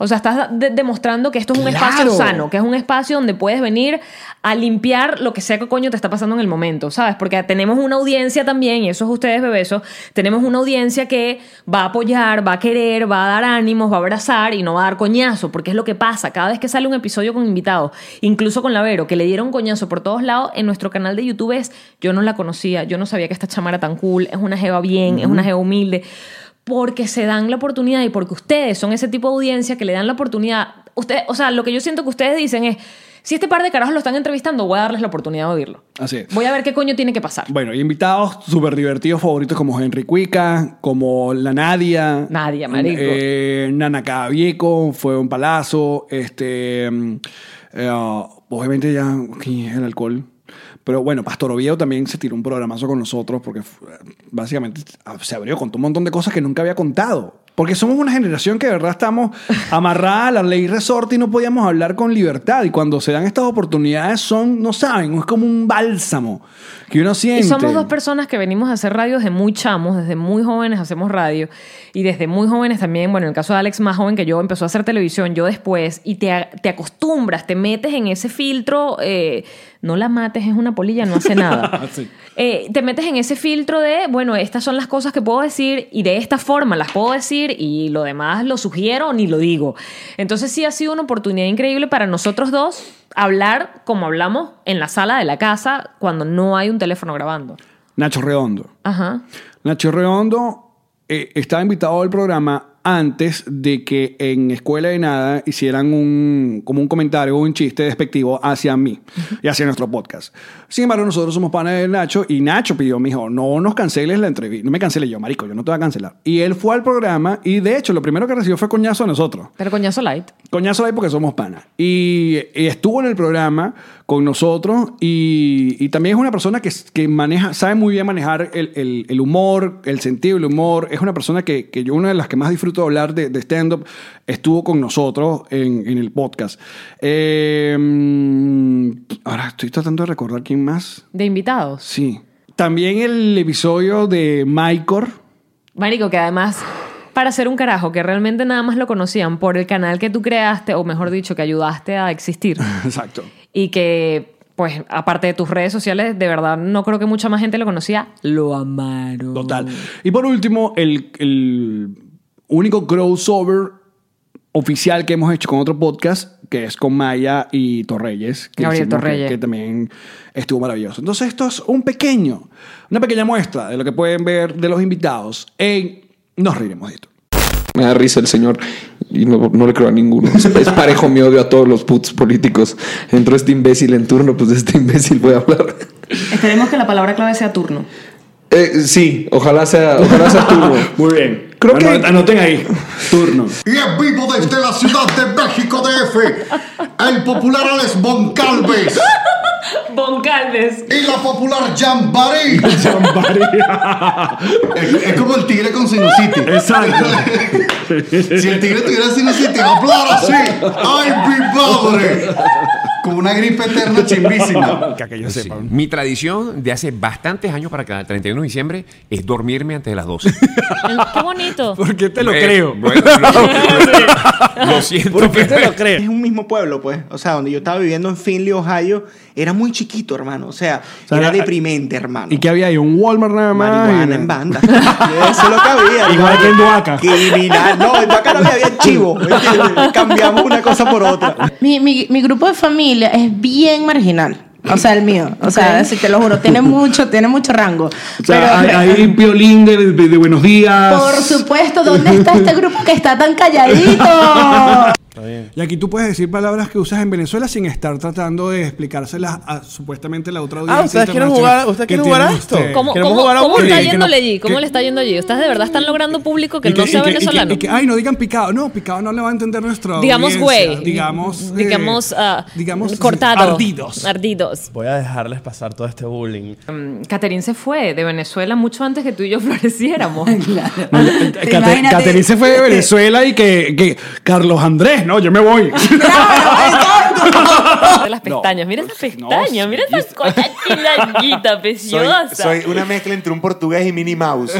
O sea, estás da- de- demostrando que esto es un
¡Claro!
espacio sano, que es un espacio donde puedes venir a limpiar lo que sea que coño te está pasando en el momento, ¿sabes? Porque tenemos una audiencia también, y eso es ustedes, bebesos, tenemos una audiencia que va a apoyar, va a querer, va a dar ánimos, va a abrazar y no va a dar coñazo, porque es lo que pasa. Cada vez que sale un episodio con invitados, incluso con la Vero, que le dieron coñazo por todos lados, en nuestro canal de YouTube es, yo no la conocía, yo no sabía que esta chamara tan cool, es una jeva bien, es una jeva humilde porque se dan la oportunidad y porque ustedes son ese tipo de audiencia que le dan la oportunidad. Ustedes, o sea, lo que yo siento que ustedes dicen es, si este par de carajos lo están entrevistando, voy a darles la oportunidad de oírlo.
Así es.
Voy a ver qué coño tiene que pasar.
Bueno, y invitados súper divertidos favoritos como Henry Cuica, como la Nadia.
Nadia, marico.
Eh, Nana Cabieco, fue un palazo. Este, mm, eh, obviamente ya ok, el alcohol. Pero bueno, Pastor Oviedo también se tiró un programazo con nosotros porque fue- básicamente ah, se abrió, contó un montón de cosas que nunca había contado. Porque somos una generación que de verdad estamos amarrada a la ley resorte y no podíamos hablar con libertad. Y cuando se dan estas oportunidades son, no saben, es como un bálsamo que uno siente.
Y somos dos personas que venimos a hacer radio desde muy chamos, desde muy jóvenes hacemos radio. Y desde muy jóvenes también, bueno, en el caso de Alex, más joven que yo, empezó a hacer televisión, yo después, y te, a- te acostumbras, te metes en ese filtro, eh, no la mates, es una polilla, no hace nada. Eh, te metes en ese filtro de, bueno, estas son las cosas que puedo decir y de esta forma las puedo decir y lo demás lo sugiero ni lo digo. Entonces sí ha sido una oportunidad increíble para nosotros dos hablar como hablamos en la sala de la casa cuando no hay un teléfono grabando.
Nacho Redondo.
Ajá.
Nacho Redondo eh, estaba invitado al programa antes de que en Escuela de Nada hicieran un, como un comentario o un chiste despectivo hacia mí y hacia nuestro podcast. Sin embargo, nosotros somos panas de Nacho y Nacho pidió, mijo, no nos canceles la entrevista. No me cancele yo, marico, yo no te voy a cancelar. Y él fue al programa y de hecho lo primero que recibió fue coñazo a nosotros.
Pero coñazo light.
Coñazo ahí porque somos panas. Y, y estuvo en el programa con nosotros y, y también es una persona que, que maneja, sabe muy bien manejar el, el- el humor, el sentido del humor. Es una persona que, que yo, una de las que más disfruto hablar de, de stand-up, estuvo con nosotros en, en el podcast. Eh, ahora estoy tratando de recordar quién más.
De invitados.
Sí. También el episodio de Mycor.
Marico, que además, para ser un carajo que realmente nada más lo conocían por el canal que tú creaste, o mejor dicho, que ayudaste a existir.
Exacto.
y que pues aparte de tus redes sociales de verdad no creo que mucha más gente lo conocía lo amaron
Total. Y por último, el, el único crossover oficial que hemos hecho con otro podcast, que es con Maya y Torreyes. Que
Gabriel
hicimos, que-
Torreyes.
Que, también estuvo maravilloso. Entonces, esto es un pequeño, una pequeña muestra de lo que pueden ver de los invitados en Nos Riremos de esto.
Me da risa el señor y no, no le creo a ninguno. Es, es parejo mi odio a todos los putos políticos. Entró este imbécil en turno, pues de este imbécil voy a hablar.
Esperemos que la palabra clave sea turno.
Eh, sí, ojalá sea, ojalá sea turno.
Muy bien.
Creo que-
Anoten ahí. Turno.
Y en vivo desde la Ciudad de México DF, el popular Alex Boncalves
Boncalves
y la popular Jambaré. Es, es como el tigre con sinusitis.
Exacto.
Si el tigre tuviera sinusitis, hablar así. ¡Ay, mi padre! con una gripe eterna chimbísima.
Pues
Sí. Mi tradición de hace bastantes años para acá, el 31 de diciembre, es dormirme antes de las 12.
Qué bonito.
¿Por qué te
lo Eh, creo? bueno, Lo siento,
Porque
pero-
Es un mismo pueblo, pues. O sea, donde yo estaba viviendo en Findlay, Ohio, era muy chiquito, hermano. O sea,
O sea,
era
la-
deprimente, hermano.
¿Y qué había ahí? ¿Un Walmart nada más?
Marihuana en banda. Eso es lo que había.
Igual
hermano.
que en Duaca.
Criminal. No, en Duaca no había, había chivo. ¿entiendes? Cambiamos una cosa por otra.
Ah, Mi, mi, mi grupo de familia es bien marginal. O sea, el mío. O sea, sí, te lo juro, tiene mucho, tiene mucho rango.
O sea,
Pero-
hay, hay violín de, de- de buenos días.
Por supuesto, ¿dónde está este grupo que está tan calladito?
Y aquí tú puedes decir palabras que usas en Venezuela sin estar tratando de explicárselas a supuestamente la otra audiencia.
Ah, ¿ustedes quieren
internacional
jugar- ustedes
que
quieren
tiene
jugar a esto?
usted.
¿Cómo,
Queremos
cómo-
jugar a
cómo
un-
está
que- que
yéndole
no-
allí? ¿Cómo
que-
le está yendo allí? ¿Ustedes de verdad están logrando público que
y
no
y
sea
y
venezolano?
y que, ay, no digan picado. No, picado no le va a entender nuestro.
digamos güey.
Digamos. eh,
digamos, ah,
digamos,
cortado.
ardidos.
Ardidos.
Voy a dejarles pasar todo este bullying.
Catherine se fue de Venezuela mucho antes que tú y yo floreciéramos.
eh,
Cate- Caterine se fue de Venezuela y que, que Carlos Andrés, no, yo me voy.
De las pestañas. Mira esas pestañas. Mira esas cosas chilanguita,
Soy,
preciosa.
soy una mezcla entre un portugués y Minnie Mouse.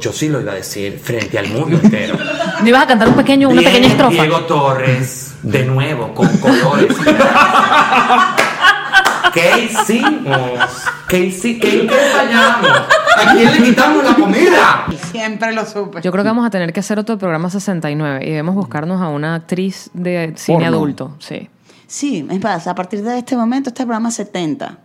Yo sí lo iba a decir frente al mundo entero.
¿No ibas a cantar un pequeño, una
Bien,
pequeña estrofa?
Diego Torres, de nuevo, con colores. ¿Qué hicimos? ¿Qué hicimos? ¿Qué fallamos? ¿A quién le quitamos la comida?
Siempre lo supe.
Yo creo que vamos a tener que hacer otro programa 69 y debemos buscarnos a una actriz de cine
Porno.
adulto. Sí.
Sí, es más, a partir de este momento este programa es 70.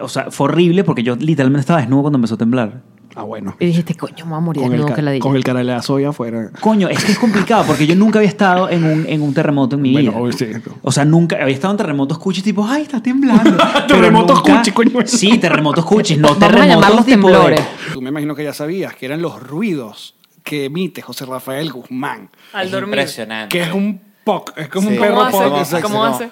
O sea, fue horrible porque yo literalmente estaba desnudo cuando empezó a temblar.
Ah, bueno.
Y dijiste, coño, me voy a morir
Con el
desnudo,
ca-
que la diga.
Con el caralazo allá afuera.
Coño, es que es complicado porque yo nunca había estado en un, en un terremoto en mi vida. O sea, nunca había estado en terremotos cuchis tipo, ay, está temblando. terremotos cuchis, coño. Sí, terremotos cuchis, no
Vamos a
terremotos
llamarlos
tipo de-
temblores. Tú me imagino que ya sabías que eran los ruidos que emite José Rafael Guzmán.
Al dormir.
Impresionante.
Que es un poc, es como
Sí.
un perro
¿Cómo hace?
poc.
¿Cómo
exacto.
hace? ¿Cómo hace?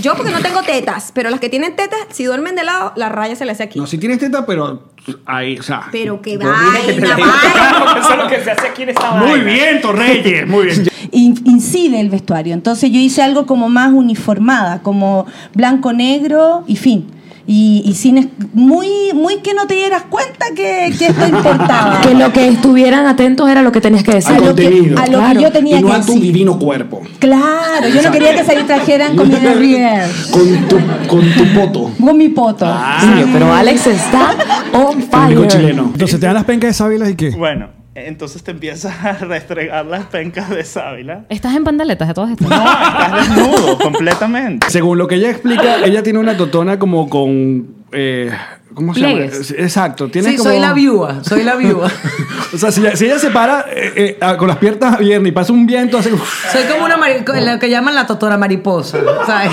Yo porque no tengo tetas, pero las que tienen tetas, si duermen de lado, la raya se le hace aquí.
No, si tienes teta, pero ahí, o sea.
Pero que
yo dije que
vaina,
te-
vaina.
Eso es lo que se hace aquí en esta
Muy
vaina.
bien, Torreyes, muy bien.
in- incide el vestuario. Entonces yo hice algo como más uniformada, como blanco-negro y fin. Y, y sin es- muy, muy que no te dieras cuenta que, que esto importaba.
Que lo que estuvieran atentos era lo que tenías que decir.
Al A lo que- contenido. a lo que yo tenía
y no
que
a tu
decir.
divino cuerpo.
Claro, yo no quería que se trajeran con mi derrière,
Con tu, con tu poto. Ah.
con mi poto.
Sí, pero Alex está on fire.
Entonces te dan las pencas de sábilas y qué?
Bueno, entonces te empiezas a restregar las pencas de sábila.
Estás en pandaletas de todas estas.
Estás desnudo, completamente.
Según lo que ella explica, ella tiene una totona como con. eh, ¿Cómo se
Pliegues.
llama? Exacto. Tiene
Sí,
como-
soy la viúva, soy la viúva.
o sea, si, ella- si ella se para eh, eh, con las piernas abiertas y pasa un viento, hace.
Soy como una mari- lo que llaman la totora mariposa, ¿sabes?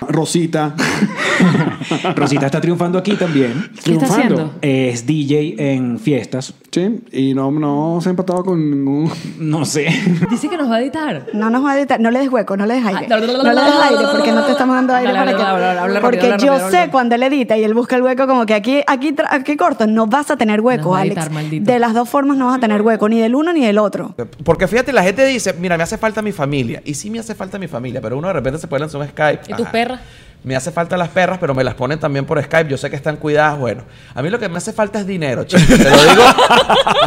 Rosita.
Rosita está triunfando aquí también.
¿Qué está Triunfando. haciendo?
Es DJ en fiestas.
Sí, y no, no se ha empatado con ningún.
No sé.
Dice que nos va a editar. No nos va a editar, no le des hueco, no le des aire.
Ah,
No le des aire porque no te estamos dando aire
Habla,
para
habla, habla, habla,
que.
habla
Porque
rápido, habla
yo
rápido,
sé cuando él edita y él busca el hueco, como que aquí, aquí, tra- aquí corto, no vas a tener hueco, va a Alex. editar, maldito. De las dos formas no vas a tener hueco, ni del uno ni del otro.
Porque fíjate, la gente dice, mira, me hace falta mi familia. Y sí me hace falta mi familia, pero uno de repente se puede lanzar un Skype. Ah.
¿Y tus
Ajá.
perras?
Me hace falta las perras, pero me las ponen también por Skype. Yo sé que están cuidadas, bueno. A mí lo que me hace falta es dinero, chicos. Te lo digo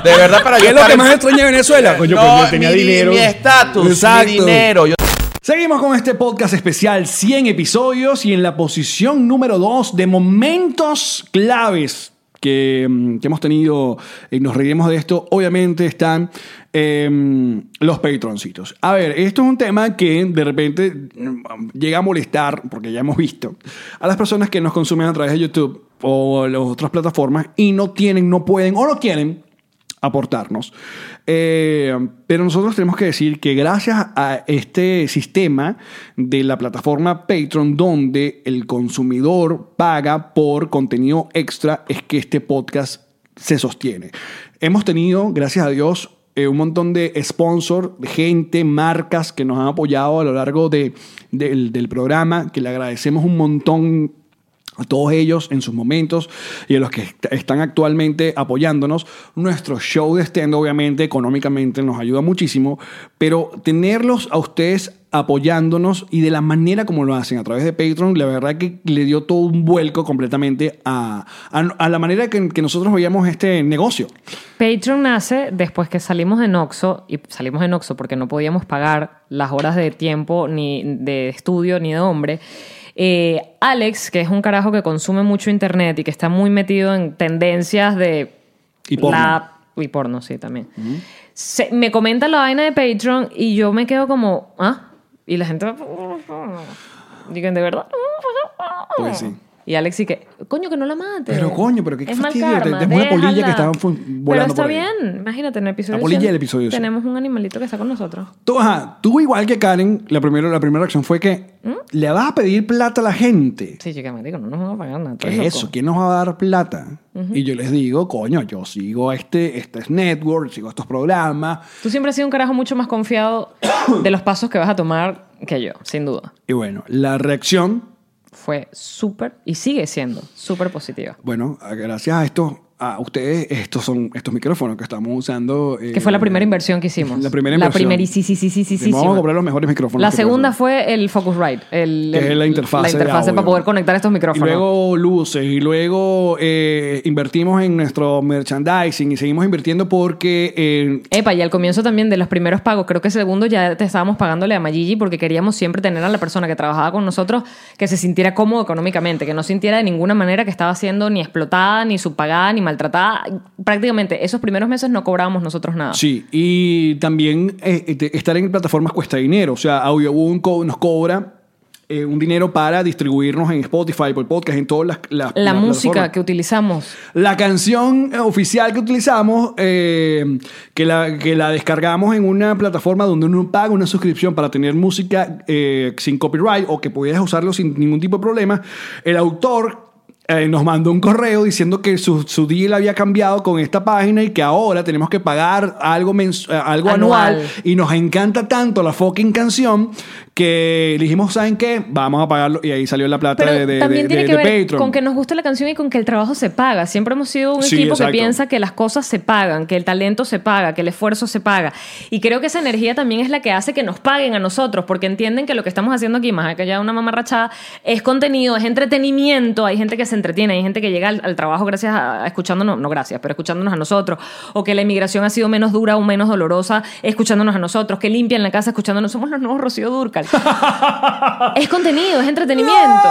de verdad para
¿Qué
yo
es lo
estar
que
en-
más extraña de Venezuela? Coño,
No,
pues yo tenía
mi di-
dinero.
mi estatus, mi dinero. Yo-
Seguimos con este podcast especial, 100 episodios, y en la posición número 2 de momentos claves que, mm, que hemos tenido, y nos reiremos de esto, obviamente están em, los patroncitos. A ver, esto es un tema que de repente mm, llega a molestar, porque ya hemos visto, a las personas que nos consumen a través de YouTube o las otras plataformas y no tienen, no pueden o no quieren aportarnos. Eh, pero nosotros tenemos que decir que gracias a este sistema de la plataforma Patreon, donde el consumidor paga por contenido extra, es que este podcast se sostiene. Hemos tenido, gracias a Dios, eh, un montón de sponsors, de gente, marcas que nos han apoyado a lo largo de, del- del programa, que le agradecemos un montón a todos ellos en sus momentos y a los que est- están actualmente apoyándonos. Nuestro show de stand, obviamente, económicamente nos ayuda muchísimo, pero tenerlos a ustedes apoyándonos y de la manera como lo hacen a través de Patreon, la verdad que le dio todo un vuelco completamente a, a- a la manera que, que nosotros veíamos este negocio.
Patreon nace después que salimos de Noxo, y salimos de Noxo porque no podíamos pagar las horas de tiempo, ni de estudio, ni de hombre. Eh, Alex, que es un carajo que consume mucho internet y que está muy metido en tendencias de
Y porno.
la- y porno, sí, también. Se- me comenta la vaina de Patreon y yo me quedo como, ¿ah? Y la gente... Digan, ¿de verdad?
Pues sí.
Y Alex sí que, coño, que no la mate.
Pero coño, pero qué
Es mal
fastidio, te-
karma,
te- es una polilla
déjala.
que estaba fu-
Pero
volando
está
por ahí.
bien, imagínate, en el episodio
La polilla del
100,
episodio 100.
Tenemos un animalito que está con nosotros.
Tú, ajá, tú igual que Karen, la primera, la primera reacción fue que le vas a pedir plata a la gente.
Sí, chica, me digo, no nos van a pagar nada.
¿Qué
tú eres
es
loco.
eso? ¿Quién nos va a dar plata?
Ujú.
Y yo les digo, coño, yo sigo este, este es network, sigo estos programas.
Tú siempre has sido un carajo mucho más confiado de los pasos que vas a tomar que yo, sin duda.
Y bueno, la reacción,
Fue súper y sigue siendo súper positiva.
bueno, a- gracias a estos, a ustedes, estos son estos micrófonos que estamos usando. eh,
Que fue la primera inversión que hicimos.
La primera
La
inversión.
primera, y sí, sí, sí, sí, sí. sí,
Vamos a
sí.
comprar los mejores micrófonos.
La
que podemos.
segunda fue el Focusrite. El,
Que es
el-
la interfaz
La
de
interfase
audio.
para poder conectar estos
Y
micrófonos.
luego luces, y luego eh, invertimos en nuestro merchandising y seguimos invirtiendo porque eh,
Epa, y al comienzo también de los primeros pagos, creo que segundo ya te estábamos pagándole a Mayigi porque queríamos siempre tener a la persona que trabajaba con nosotros que se sintiera cómodo económicamente, que no sintiera de ninguna manera que estaba siendo ni explotada, ni subpagada, ni maltratada. Prácticamente esos primeros meses no cobrábamos nosotros nada.
Sí, y también eh, este, estar en plataformas cuesta dinero. O sea, Audioboom co- nos cobra eh, un dinero para distribuirnos en Spotify, por podcast, en todas las... las-
La
las
música
plataformas.
que utilizamos.
La canción eh, oficial que utilizamos, eh, que, la, que la descargamos en una plataforma donde uno paga una suscripción para tener música eh, sin copyright o que pudieras usarlo sin ningún tipo de problema, el autor eh, nos mandó un correo diciendo que su, su deal había cambiado con esta página y que ahora tenemos que pagar algo, mens- eh, algo anual.
Anual.
y nos encanta tanto la fucking canción que dijimos, ¿saben qué? Vamos a pagarlo y ahí salió la plata
Pero
de, de-
también
de-
tiene
de-
que
de
ver
Patreon.
con que nos guste la canción y con que el trabajo se paga. Siempre hemos sido un
Sí,
equipo
exacto.
que piensa que las cosas se pagan, que el talento se paga, que el esfuerzo se paga. Y creo que esa energía también es la que hace que nos paguen a nosotros, porque entienden que lo que estamos haciendo aquí, más allá de una mamarrachada, es contenido, es entretenimiento. Hay gente que se entretiene, hay gente que llega al, al trabajo gracias a, a escuchándonos, no gracias, pero escuchándonos a nosotros. O que la inmigración ha sido menos dura o menos dolorosa escuchándonos a nosotros, que limpian la casa escuchándonos. Somos los nuevos Rocío Durcal. es contenido, es entretenimiento.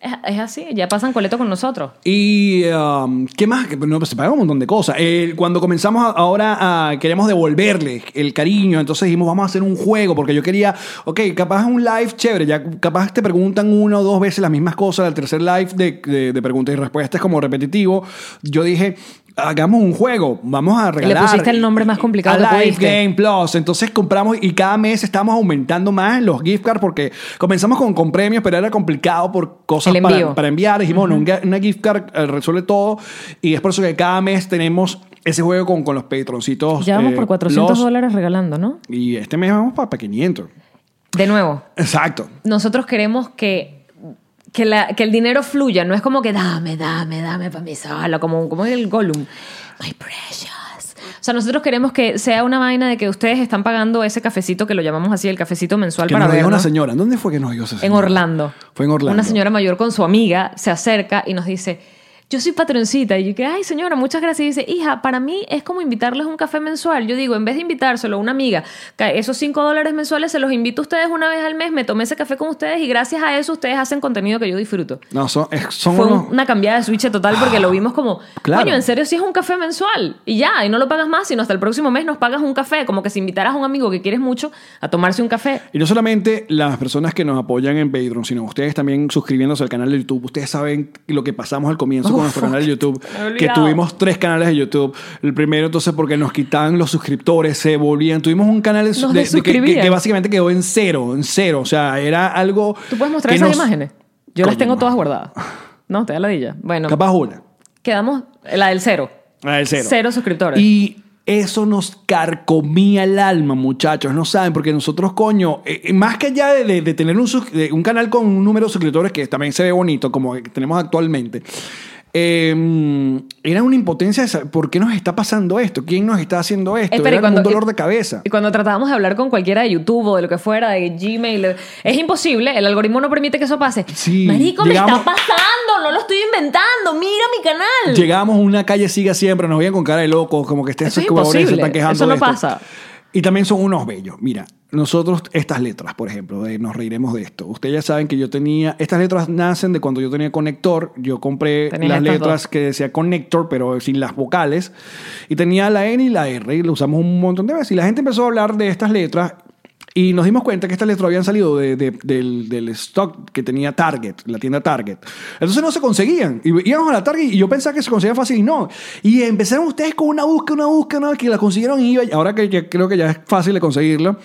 Es, es así, ya pasan coleto con nosotros.
Y um, qué más, Que, no, pues, se pagaron un montón de cosas. Eh, cuando comenzamos a- ahora a queremos devolverle el cariño, entonces dijimos vamos a hacer un juego porque yo quería, ok, capaz un live chévere, ya capaz te preguntan una o dos veces las mismas cosas, el tercer live de, de- de preguntas y respuestas como repetitivo. Yo dije hagamos un juego, vamos a
Le
regalar.
pusiste el nombre más complicado
A
que
Live
pudiste.
Game Plus. Entonces compramos y cada mes estamos aumentando más los gift cards porque comenzamos con, con premios, pero era complicado por cosas
El
para,
envío.
para enviar. Dijimos, "No, un ga- una gift card eh, resuelve todo. Y es por eso que cada mes tenemos ese juego con, con los patroncitos.
Ya vamos
eh,
por 400
Plus.
dólares regalando, ¿no?
Y este mes vamos para, para 500.
De nuevo,
Exacto.
nosotros queremos que, que, la- que el dinero fluya. No es como que dame, dame, dame para mí solo, como, como el Gollum. My precious. O sea, nosotros queremos que sea una vaina de que ustedes están pagando ese cafecito que lo llamamos así, el cafecefito mensual
Que
para
nos dijo una
vernos.
señora. ¿Dónde fue que nos dio esa
En
señora?
Orlando.
Fue en Orlando.
Una señora mayor con su amiga se acerca y nos dice, yo soy patroncita. Y yo que, ay señora, muchas gracias. Y dice, hija, para mí es como invitarles un café mensual. Yo digo, en vez de invitárselo a una amiga, ca- esos 5 dólares mensuales se los invito a ustedes una vez al mes, me tomé ese café con ustedes y gracias a eso ustedes hacen contenido que yo disfruto.
No, son, es- son
Fue un-
unos-
una cambiada de switch total porque lo vimos como,
Claro.
coño, en serio, si es un café mensual y ya, y no lo pagas más, sino hasta el próximo mes nos pagas un café, como que si invitaras a un amigo que quieres mucho a tomarse un café.
Y no solamente las personas que nos apoyan en Patreon, sino ustedes también suscribiéndose al canal de YouTube. Ustedes saben lo que pasamos al comienzo con
Uf,
nuestro canal de YouTube,
Oh, me había
que
olvidado.
tuvimos tres canales de YouTube. El primero entonces porque nos quitaban los suscriptores, se volvían. Tuvimos un canal de,
Nos
de- de que- que,
desuscribían.
que básicamente quedó en cero, en cero. O sea, era algo...
¿Tú puedes mostrar
que
esas
nos-
imágenes? Yo las
Coño,
tengo todas guardadas. No, te da la dilla. Bueno,
Capaz una.
quedamos la del cero.
La del cero.
Cero suscriptores.
Y Eso nos carcomía el alma, muchachos. No saben, porque nosotros, coño, eh, eh, más que allá de, de- de tener un, sus- de un canal con un número de suscriptores que también se ve bonito, como que tenemos actualmente. eh, era una impotencia de saber, por qué nos está pasando esto, quién nos está haciendo esto,
Espera, y
era
cuando-
un dolor
y-
de cabeza.
Y cuando tratábamos de hablar con cualquiera de YouTube o de lo que fuera, de Gmail, de- es imposible, el algoritmo no permite que eso pase. Marico, me
llegamos-
está pasando, no lo estoy inventando, mira mi canal.
Llegamos a una calle siga siempre, nos veían con cara de locos, como que este
Eso es
cubadores
imposible,
se están quejando.
eso no
de esto.
pasa.
Y también son unos bellos. Mira, nosotros, estas letras, por ejemplo, de- nos reiremos de esto. Ustedes ya saben que yo tenía. Estas letras nacen de cuando yo tenía conector. Yo compré
Tenías
las
estas
letras
dos.
que decía conector, pero sin las vocales. Y tenía la N y la R, y lo usamos un montón de veces. Y la gente empezó a hablar de estas letras. Y nos dimos cuenta que estas letras habían salido de- de- del, del stock que tenía Target, la tienda Target. Entonces no se conseguían. Y íbamos a la Target y yo pensaba que se conseguía fácil y no. Y empezaron ustedes con una búsqueda, una búsqueda, una que la consiguieron y iba- ahora que, que creo que ya es fácil de conseguirlo.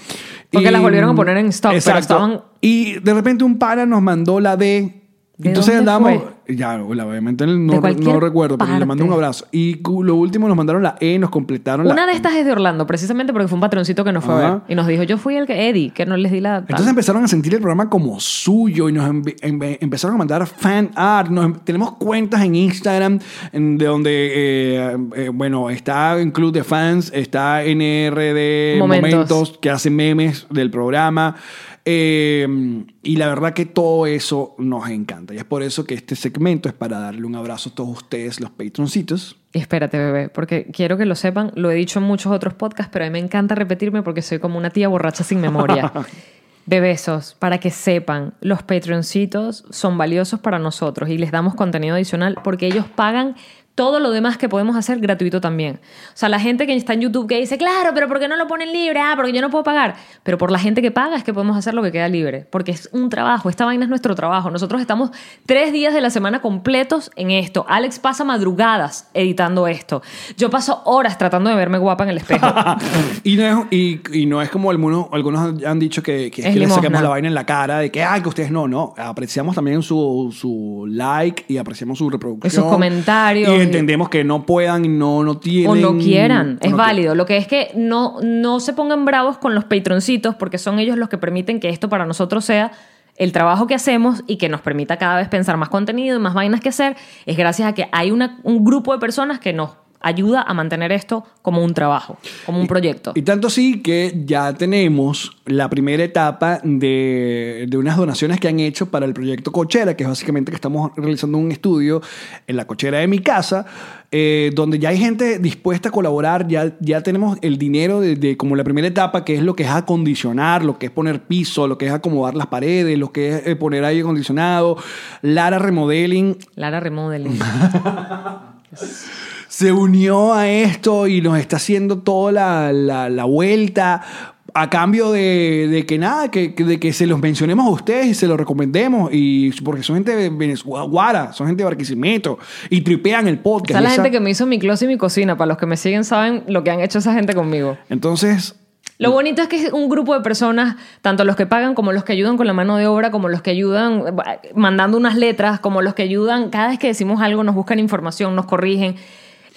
Porque
Y-
las volvieron a poner en stock, pero estaban-
Y de repente un pana nos mandó la D.
¿De
Entonces
dónde
andábamos, ya, obviamente no, no
cualquier
recuerdo, pero le mandé un
parte.
abrazo. Y cu- lo último nos mandaron la E, nos completaron la
Una de estas es de Orlando, precisamente porque fue un patroncito que nos fue a ver.
Ajá.
Y nos dijo, yo fui el que, Eddie, que no les di la... tal".
Entonces empezaron a sentir el programa como suyo y nos envi- envi- empezaron a mandar fan art. Nos- em-, tenemos cuentas en Instagram en- de donde, eh, eh, bueno, está en Club de Fans, está NRD
Momentos.
Momentos, que hacen memes del programa. Eh, y la verdad que todo eso nos encanta. Y es por eso que este segmento es para darle un abrazo a todos ustedes, los patroncitos.
Espérate, bebé, porque quiero que lo sepan, lo he dicho en muchos otros podcasts, pero a mí me encanta repetirme porque soy como una tía borracha sin memoria. Bebesos, para que sepan, los Patreoncitos son valiosos para nosotros y les damos contenido adicional porque ellos pagan todo lo demás que podemos hacer gratuito también. O sea, la gente que está en YouTube que dice, claro, pero ¿por qué no lo ponen libre? Ah, porque yo no puedo pagar. Pero por la gente que paga es que podemos hacer lo que queda libre, porque es un trabajo, esta vaina es nuestro trabajo. Nosotros estamos tres días de la semana completos en esto. Alex pasa madrugadas editando esto. Yo paso horas tratando de verme guapa en el espejo.
Y no es, y, y no es como algunos, algunos han dicho que, que, es
Es
que le
limosna.
sacamos la vaina en la cara, de que, ay, que ustedes no, no. Apreciamos también su, su like y apreciamos su reproducción.
Sus
Y
comentarios.
entendemos que no puedan, y no, no tienen.
o no quieran, es
o no
válido. Lo que es que no, no se pongan bravos con los patroncitos porque son ellos los que permiten que esto para nosotros sea el trabajo que hacemos y que nos permita cada vez pensar más contenido y más vainas que hacer. Es gracias a que hay una- un grupo de personas que nos ayuda a mantener esto como un trabajo, como un proyecto.
Y tanto sí que ya tenemos la primera etapa de, de unas donaciones que han hecho para el proyecto Cochera, que es básicamente que estamos realizando un estudio en la cochera de mi casa, eh, donde ya hay gente dispuesta a colaborar, ya, ya tenemos el dinero de, de como la primera etapa, que es lo que es acondicionar, lo que es poner piso, lo que es acomodar las paredes, lo que es eh, poner aire acondicionado, Lara Remodeling,
Lara Remodeling.
se unió a esto y nos está haciendo toda la, la- la vuelta a cambio de, de que nada, que, que- de que se los mencionemos a ustedes y se los recomendemos. Y porque son gente de Venezuela, son gente de Barquisimeto y tripean el podcast.
Está la
y esa-
gente que me hizo mi closet y mi cocina. Para los que me siguen saben lo que han hecho esa gente conmigo.
Entonces,
Lo bonito es que es un grupo de personas, tanto los que pagan como los que ayudan con la mano de obra, como los que ayudan eh, ba- mandando unas letras, como los que ayudan, cada vez que decimos algo nos buscan información, nos corrigen.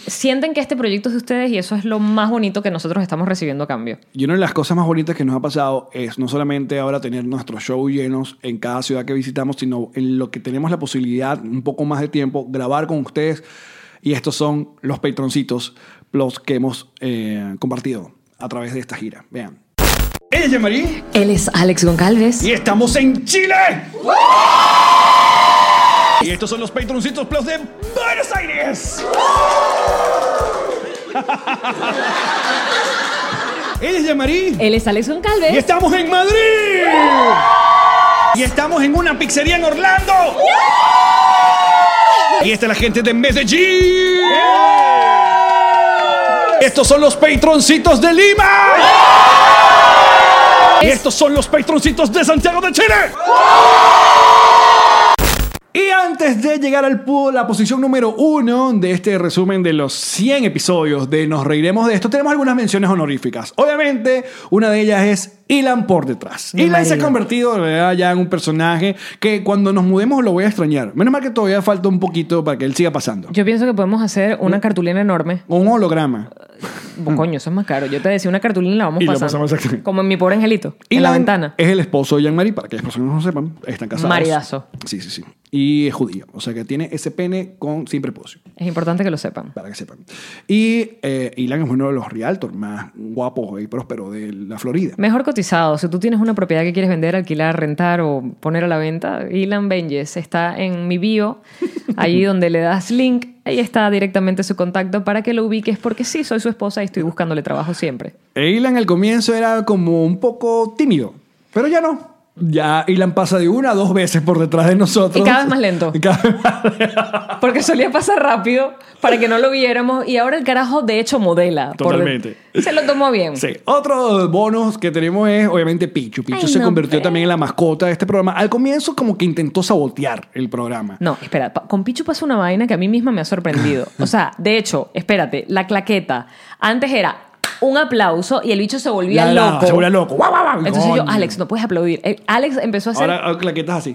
Sienten que este proyecto es de ustedes y eso es lo más bonito que nosotros estamos recibiendo a cambio.
Y una de las cosas más bonitas que nos ha pasado es no solamente ahora tener nuestros shows llenos en cada ciudad que visitamos, sino en lo que tenemos la posibilidad, un poco más de tiempo, grabar con ustedes. Y estos son los patroncitos, los que hemos eh, compartido a través de esta gira. Vean. Ella es Jean-Marie.
Él es Alex Goncalves.
Y estamos en Chile. Y estos son los patroncitos plus de Buenos Aires. Él es Jean-Marie.
Él es Alex Goncalves.
Y estamos en Madrid. Y estamos en una pizzería en Orlando. Y esta es la gente de Medellín. Estos son los patroncitos de Lima. Y estos son los patroncitos de Santiago de Chile. Y antes de llegar al pu- la posición número uno de este resumen de los 100 episodios de Nos Reiremos de esto, tenemos algunas menciones honoríficas. Obviamente, una de ellas es Ilan por detrás.
Mi
Ilan se ha
marido.
convertido de verdad, ya en un personaje que cuando nos mudemos lo voy a extrañar. Menos mal que todavía falta un poquito para que él siga pasando.
Yo pienso que podemos hacer una cartulina enorme.
Un holograma.
Coño, eso es más caro. Yo te decía una cartulina y la vamos
Y la
pasando.
pasamos aquí.
Como en mi pobre angelito. en la
Ilan
ventana.
Es el esposo de Jean-Marie, para que las personas no lo sepan, están casados.
Maridazo.
Sí, sí, sí. Y es judío. O sea que tiene ese pene con, sin prepucio.
Es importante que lo sepan.
Para que sepan. Y eh, Ilan es uno de los realtors más guapos y prósperos de la Florida.
Mejor cotizado. Si tú tienes una propiedad que quieres vender, alquilar, rentar o poner a la venta, Ilan Benjes está en mi bio, allí donde le das link. Ahí está directamente su contacto para que lo ubiques, porque sí, soy su esposa y estoy buscándole trabajo siempre.
E Ilan al comienzo era como un poco tímido, pero ya no. Ya Ilan pasa de una a dos veces por detrás de nosotros.
Y cada vez más lento.
Cada vez
Porque solía pasar rápido para que no lo viéramos y ahora el carajo de hecho modela. Por-
Totalmente.
Se lo tomó bien.
Sí. Otro bonus que tenemos es, obviamente, Pichu. Pichu
Ay,
se
no,
convirtió
pero-
también en la mascota de este programa. Al comienzo como que intentó sabotear el programa.
No, espera, pa- con Pichu pasa una vaina que a mí misma me ha sorprendido. O sea, de hecho, espérate, la claqueta. Antes era un aplauso y el bicho se volvía
La- la-
loco.
se volvía loco. Guau, guau, guau.
Entonces yo,
Coño.
Alex, no puedes aplaudir. Eh, Alex empezó a hacer
Ahora ahora claquetas así.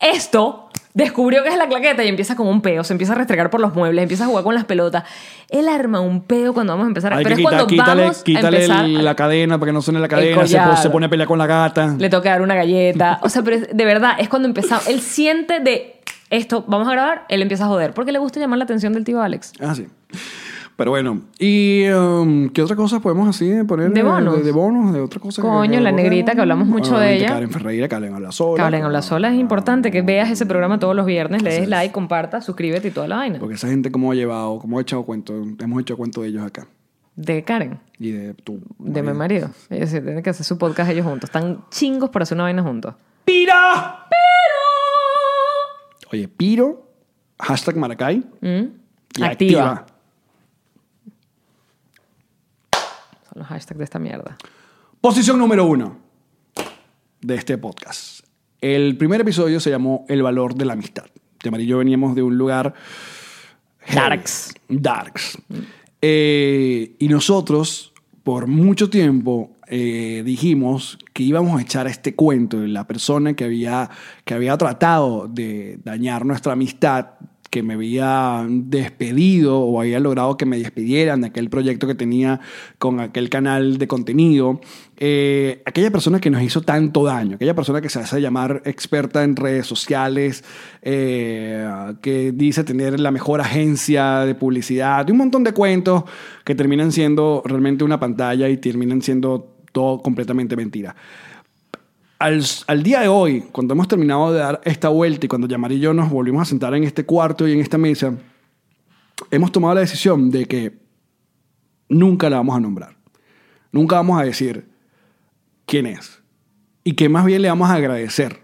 esto, descubrió que es la claqueta y empieza con un peo, se empieza a restregar por los muebles, empieza a jugar con las pelotas. Él arma un peo cuando vamos a empezar. a
Hay
pero
que
es
quitar,
cuando
quítale,
vamos a
quítale
empezar.
el- la cadena para que no suene la cadena. Se,
collar.
po- se pone a pelear con la gata.
Le toca dar una galleta. O sea, pero es- de verdad, es cuando empezamos. Él siente de esto, vamos a grabar, él empieza a joder. Porque le gusta llamar la atención del tío Alex.
Ah, sí. Pero bueno, ¿y um, qué otra cosa podemos así poner?
De
eh,
bonos.
De, de bonos, de otra cosa. que-
Coño,
que
la
abordemos?
negrita, que hablamos mucho de
Obviamente,
ella.
Karen Ferreira, Karen habla sola.
Hablen habla sola, es importante que veas ese programa todos los viernes, le des like, compartas, suscríbete y toda la vaina.
Porque esa gente, ¿cómo ha llevado? ¿Cómo ha echado cuento? Hemos echado cuento de ellos acá.
De Karen,
Y de tu.
de mi marido. Ellos sí tienen que hacer su podcast ellos juntos. Están chingos para hacer una vaina juntos.
¡Pira! Oye, Piro, hashtag Maracay.
¿Mm?
y
Activa. Son los hashtags de esta mierda.
Posición número uno de este podcast. El primer episodio se llamó El valor de la amistad. Temar y yo veníamos de un lugar. Darks. Darks. Eh, y nosotros, por mucho tiempo, eh, dijimos que íbamos a echar este cuento de la persona que había, que había tratado de dañar nuestra amistad, que me había despedido o había logrado que me despidieran de aquel proyecto que tenía con aquel canal de contenido. Eh, aquella persona que nos hizo tanto daño, aquella persona que se hace llamar experta en redes sociales, eh, que dice tener la mejor agencia de publicidad, y un montón de cuentos que terminan siendo realmente una pantalla y terminan siendo todo completamente mentira. Al, al día de hoy, cuando hemos terminado de dar esta vuelta y cuando Yamar y yo nos volvimos a sentar en este cuarto y en esta mesa, hemos tomado la decisión de que nunca la vamos a nombrar. Nunca vamos a decir quién es. Y que más bien le vamos a agradecer.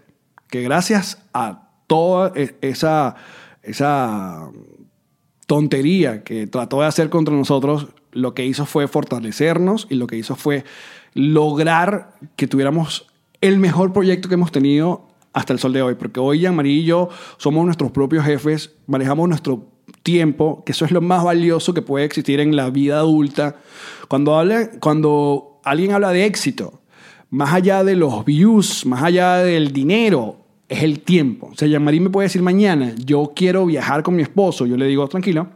Que gracias a toda e- esa, esa tontería que trató de hacer contra nosotros, lo que hizo fue fortalecernos y lo que hizo fue lograr que tuviéramos el mejor proyecto que hemos tenido hasta el sol de hoy. Porque hoy Yamari y yo somos nuestros propios jefes, manejamos nuestro tiempo, que eso es lo más valioso que puede existir en la vida adulta. Cuando, habla, cuando alguien habla de éxito, más allá de los views, más allá del dinero, es el tiempo. O sea, Yamari me puede decir mañana, yo quiero viajar con mi esposo. Yo le digo, tranquila,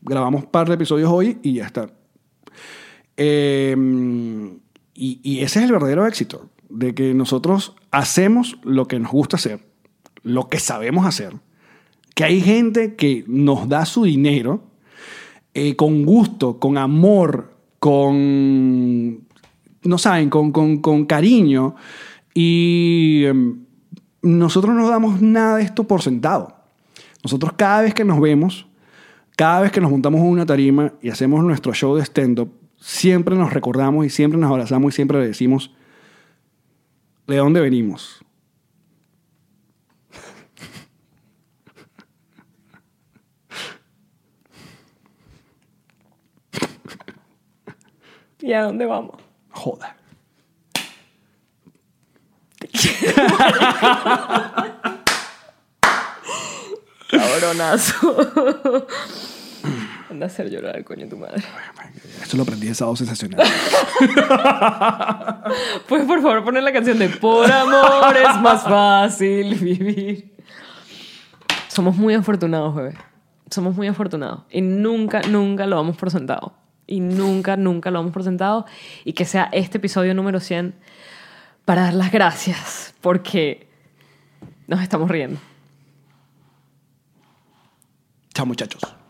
grabamos un par de episodios hoy y ya está. Eh, y, y ese es el verdadero éxito, de que nosotros hacemos lo que nos gusta hacer, lo que sabemos hacer, que hay gente que nos da su dinero eh, con gusto, con amor, con, no saben, con, con- con cariño, y em, nosotros no damos nada de esto por sentado. Nosotros cada vez que nos vemos, cada vez que nos montamos en una tarima y hacemos nuestro show de stand-up, siempre nos recordamos y siempre nos abrazamos y siempre le decimos de dónde venimos.
¿Y a dónde vamos?
Joda.
Cabronazo. Anda a hacer llorar, coño, tu madre.
Esto lo aprendí de sábado sensacional.
Puedes Pues, por favor poner la canción de Por amor es más fácil vivir. Somos muy afortunados, bebé. Somos muy afortunados. Y nunca, nunca lo vamos por sentado. Y nunca, nunca lo vamos por sentado. Y que sea este episodio número 100 para dar las gracias porque nos estamos riendo.
Chao, muchachos.